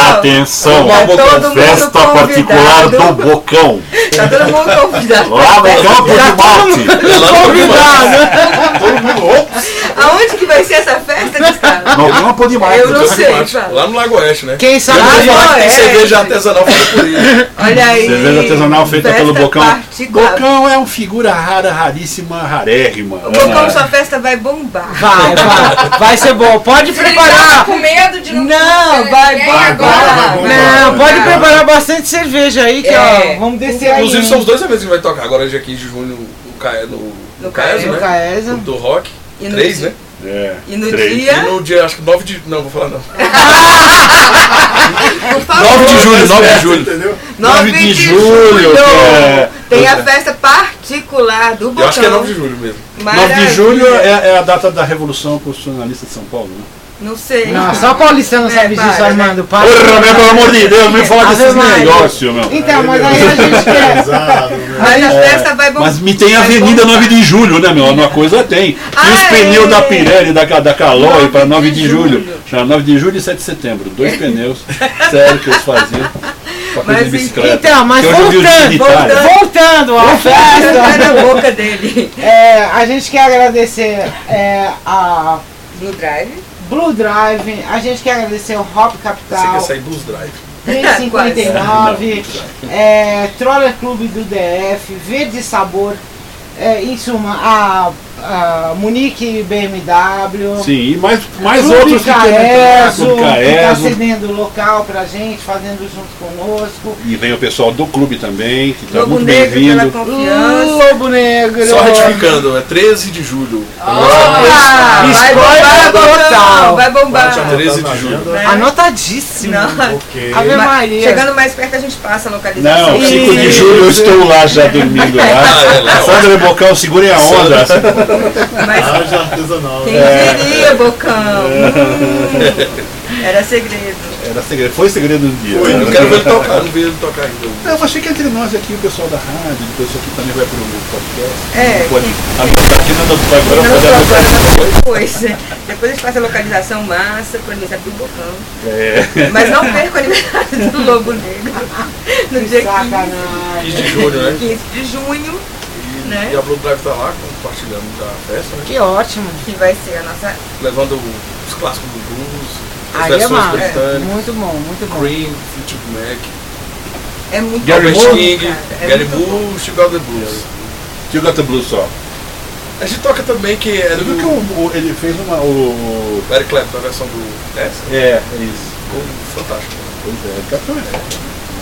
Atenção!
Tá todo mundo
Festa particular do
convidado.
Bocão.
Tá todo mundo convidado.
Lá no campo de Marte.
Convidado!
Todo mundo, opa,
Aonde que vai ser essa festa, Gustavo?
No campo de Marte.
Eu não
Deus
sei,
me mate.
fala.
Lá no Lago Oeste, né?
Quem sabe
Lá no
faz-
Lago Oeste tem
Oeste.
cerveja artesanal feita por ele.
Olha aí.
Cerveja artesanal feita
Festa
tá pelo Bocão.
particular.
Bocão é uma figura rara, raríssima, rarérrima.
O Bocão, sua festa vai bombar.
Vai, vai, vai ser bom. Pode
Ele tava
preparar.
com medo de não é
Não,
ter
vai,
ninguém
vai,
agora.
vai, vai.
Não, pode preparar bastante cerveja aí, que
É.
ó, vamos descer aí.
Inclusive,
hein?
são os dois eventos que vai tocar agora, dia 15 de junho, no, Cae- no, no
No
Caeso,
No
né?
Caesa.
Do rock.
E no
Três,
dia-
né?
É.
E no
Três.
E
dia.
no dia, acho que 9 de... Não, vou falar não. 9
Por favor,
de julho, 9 de julho.
Entendeu?
9 de julho. Tem a festa particular do
Ah,
Eu
Bocão.
tá.
acho que é 9 de julho mesmo.
9 de
Maravilha.
julho é, é a data da Revolução Constitucionalista de São Paulo, né?
Não sei.
Não, só paulista não
É,
sabe disso,
para, né?
Armando. Para.
Porra, meu, pelo amor de Deus, me fala
Ave
desses
Maria.
negócios, meu.
Então, mas aí a gente quer.
Pesado, né?
Mas
É.
a festa vai bombar.
É,
Mas me tem
Vai
Avenida
bombar.
9 de Julho, né, meu? Uma coisa tem. E os
Ah, é.
pneus da Pirelli, da, Ca- da Calói,
9
para
de
9 de julho.
julho.
Já 9 de julho e 7 de setembro. Dois pneus, sério, que eles faziam. Pra coisa de
Mas,
bicicleta.
Então, mas
um
Que hoje eu vi os
voltando,
militares.
voltando à
Tá
festa,
na boca dele.
é, a gente quer agradecer é, a
Blue Drive.
Blue Drive, a gente quer agradecer o Hop
Você
Capital,
quer sair dos drive.
Quase.
359, é, Troller Clube do DF, Verde Sabor, é, em suma, a, a Munique
então,
BMW,
Sim, e mais, mais
Clube
outros que querem entrar,
Caeso,
Clube
que está
Caeso.
cedendo o local pra gente, fazendo junto conosco,
E vem o pessoal do clube também, que
tá
está
Lobo
muito
Negro pela
bem-vindo.
confiança.
Lobo Negro,
Só retificando, é 13 de julho.
Ah, vai bombar,
Spoiler total.
Bocão. Vai bombar.
Ah,
Dia 13 tá
tá,
de julho.
né?
Agenda,
anotadíssimo.
Não.
Ok.
Ave
Mas
Maria.
Chegando mais perto, a gente passa a localização.
Não, 5 de julho eu estou lá já dormindo
Ah, é lá,
lá.
ó.
Sandra e Bocão, segurem a onda.
Mas
Haja artesanal.
quem diria, Bocão? Hum, era segredo.
Era segredo, foi segredo do dia.
Eu não quero ver ele tocar, não vi ele tocar ainda. um
então, Eu achei que entre nós aqui, o pessoal da rádio, o pessoal que também vai pro podcast,
É,
pode. A Mildadina não vai agora
não
fazer
só
a
agora,
Mildadina.
mas depois. né? Depois a gente passa a localização massa pro aniversário do Bocão.
É.
Mas não perca o aniversário do Lobo Negro. No dia 15,
Sacanagem.
15 de julho, né?
15 de junho,
E a Blue Drive tá lá compartilhando da festa, né?
Que ótimo.
que vai ser a nossa
Levando os clássicos do blues, as
Aí é
versões
massa.
britânicas,
Muito bom, muito
É.
bom.
Cream, Fleetwood Mac,
É muito
Gary
Albert
Moore,
King,
cara, é
Gary
muito
Moore, Chicago Blues.
You got the blues só.
A gente toca também que é do.
que o- o- ele fez uma. O,
o Eric Clapton, a versão do. Essa?
É, é isso.
Ficou fantástico.
Pois é, ele captou, né?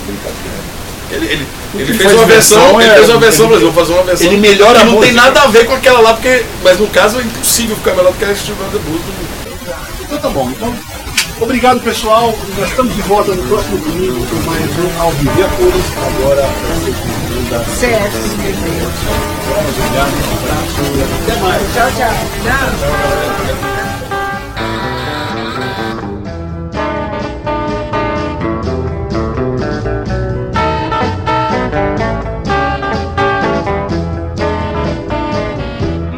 Brincadeira.
Ele, ele,
O
ele
que
fez
faz
uma
versão
versão, ele
é-
fez uma versão,
ele-
mas eu vou fazer uma versão.
ele melhora
que
a
Não tem
música.
nada a ver com aquela lá, porque. Mas no caso é impossível ficar melhor do que a Steve Wonder Blues do.
Então tá bom. Então, obrigado pessoal. Nós estamos de volta no próximo domingo com mais um Ao Vivo e a Cores. Agora, pra ser bem-vindo da
Certo.
Obrigado, um abraço. Até mais.
Tchau, tchau.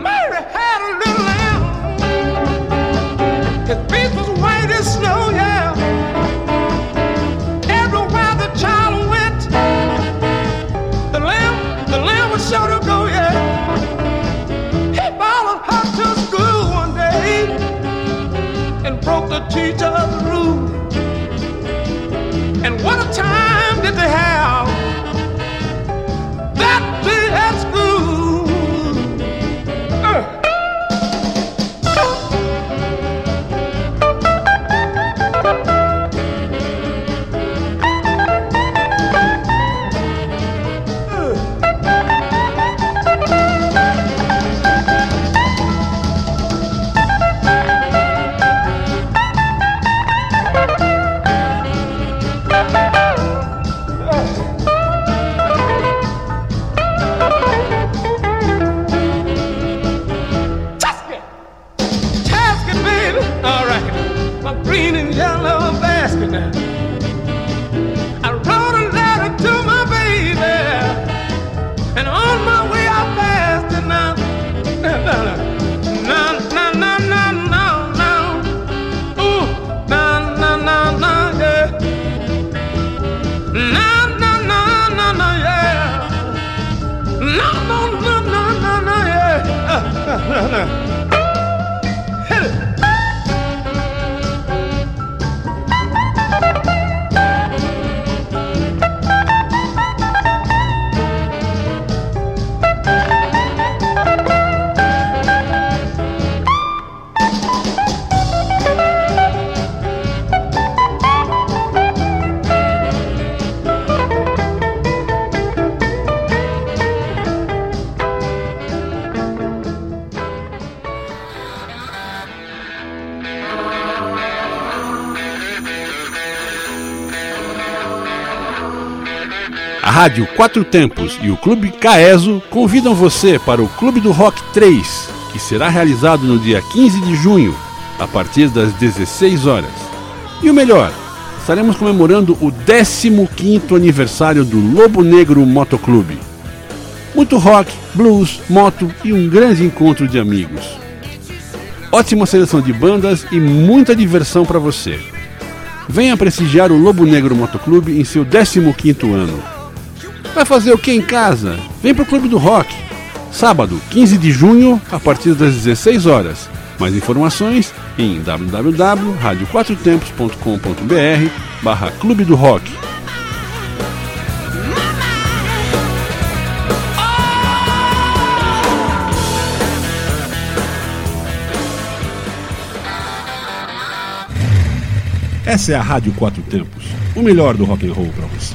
Mary had a little lamb. His face was white as snow, yeah. Everywhere the child went, the lamb, the lamb was sure to go, yeah. He followed her to school one day and broke the teacher's rule. And what a time did they have that day at school. Basket, basket, baby. All right, my green and yellow basket. Now. I wrote a letter to my baby, and on my way I passed it now. Now, now, now, now, now, now, now, now, ooh, now, now, now, now, yeah. Now, now, now, now, now, yeah. No, no, no, no, no, no, yeah. Uh, uh, no, no.
A Rádio Quatro Tempos e o Clube Caeso convidam você para o Clube do Rock 3, que será realizado no dia 15 de junho, a partir das 16 horas. E o melhor, estaremos comemorando o 15º aniversário do Lobo Negro Motoclube. Muito rock, blues, moto e um grande encontro de amigos. Ótima seleção de bandas e muita diversão para você. Venha prestigiar o Lobo Negro Motoclube em seu 15º ano. Vai fazer o que em casa? Vem pro Clube do Rock. Sábado, 15 de junho, a partir das 16 horas. Mais informações em www.radioquatrotempos.com.br barra Clube do Rock. Essa é a Rádio Quatro Tempos, o melhor do rock and roll para você.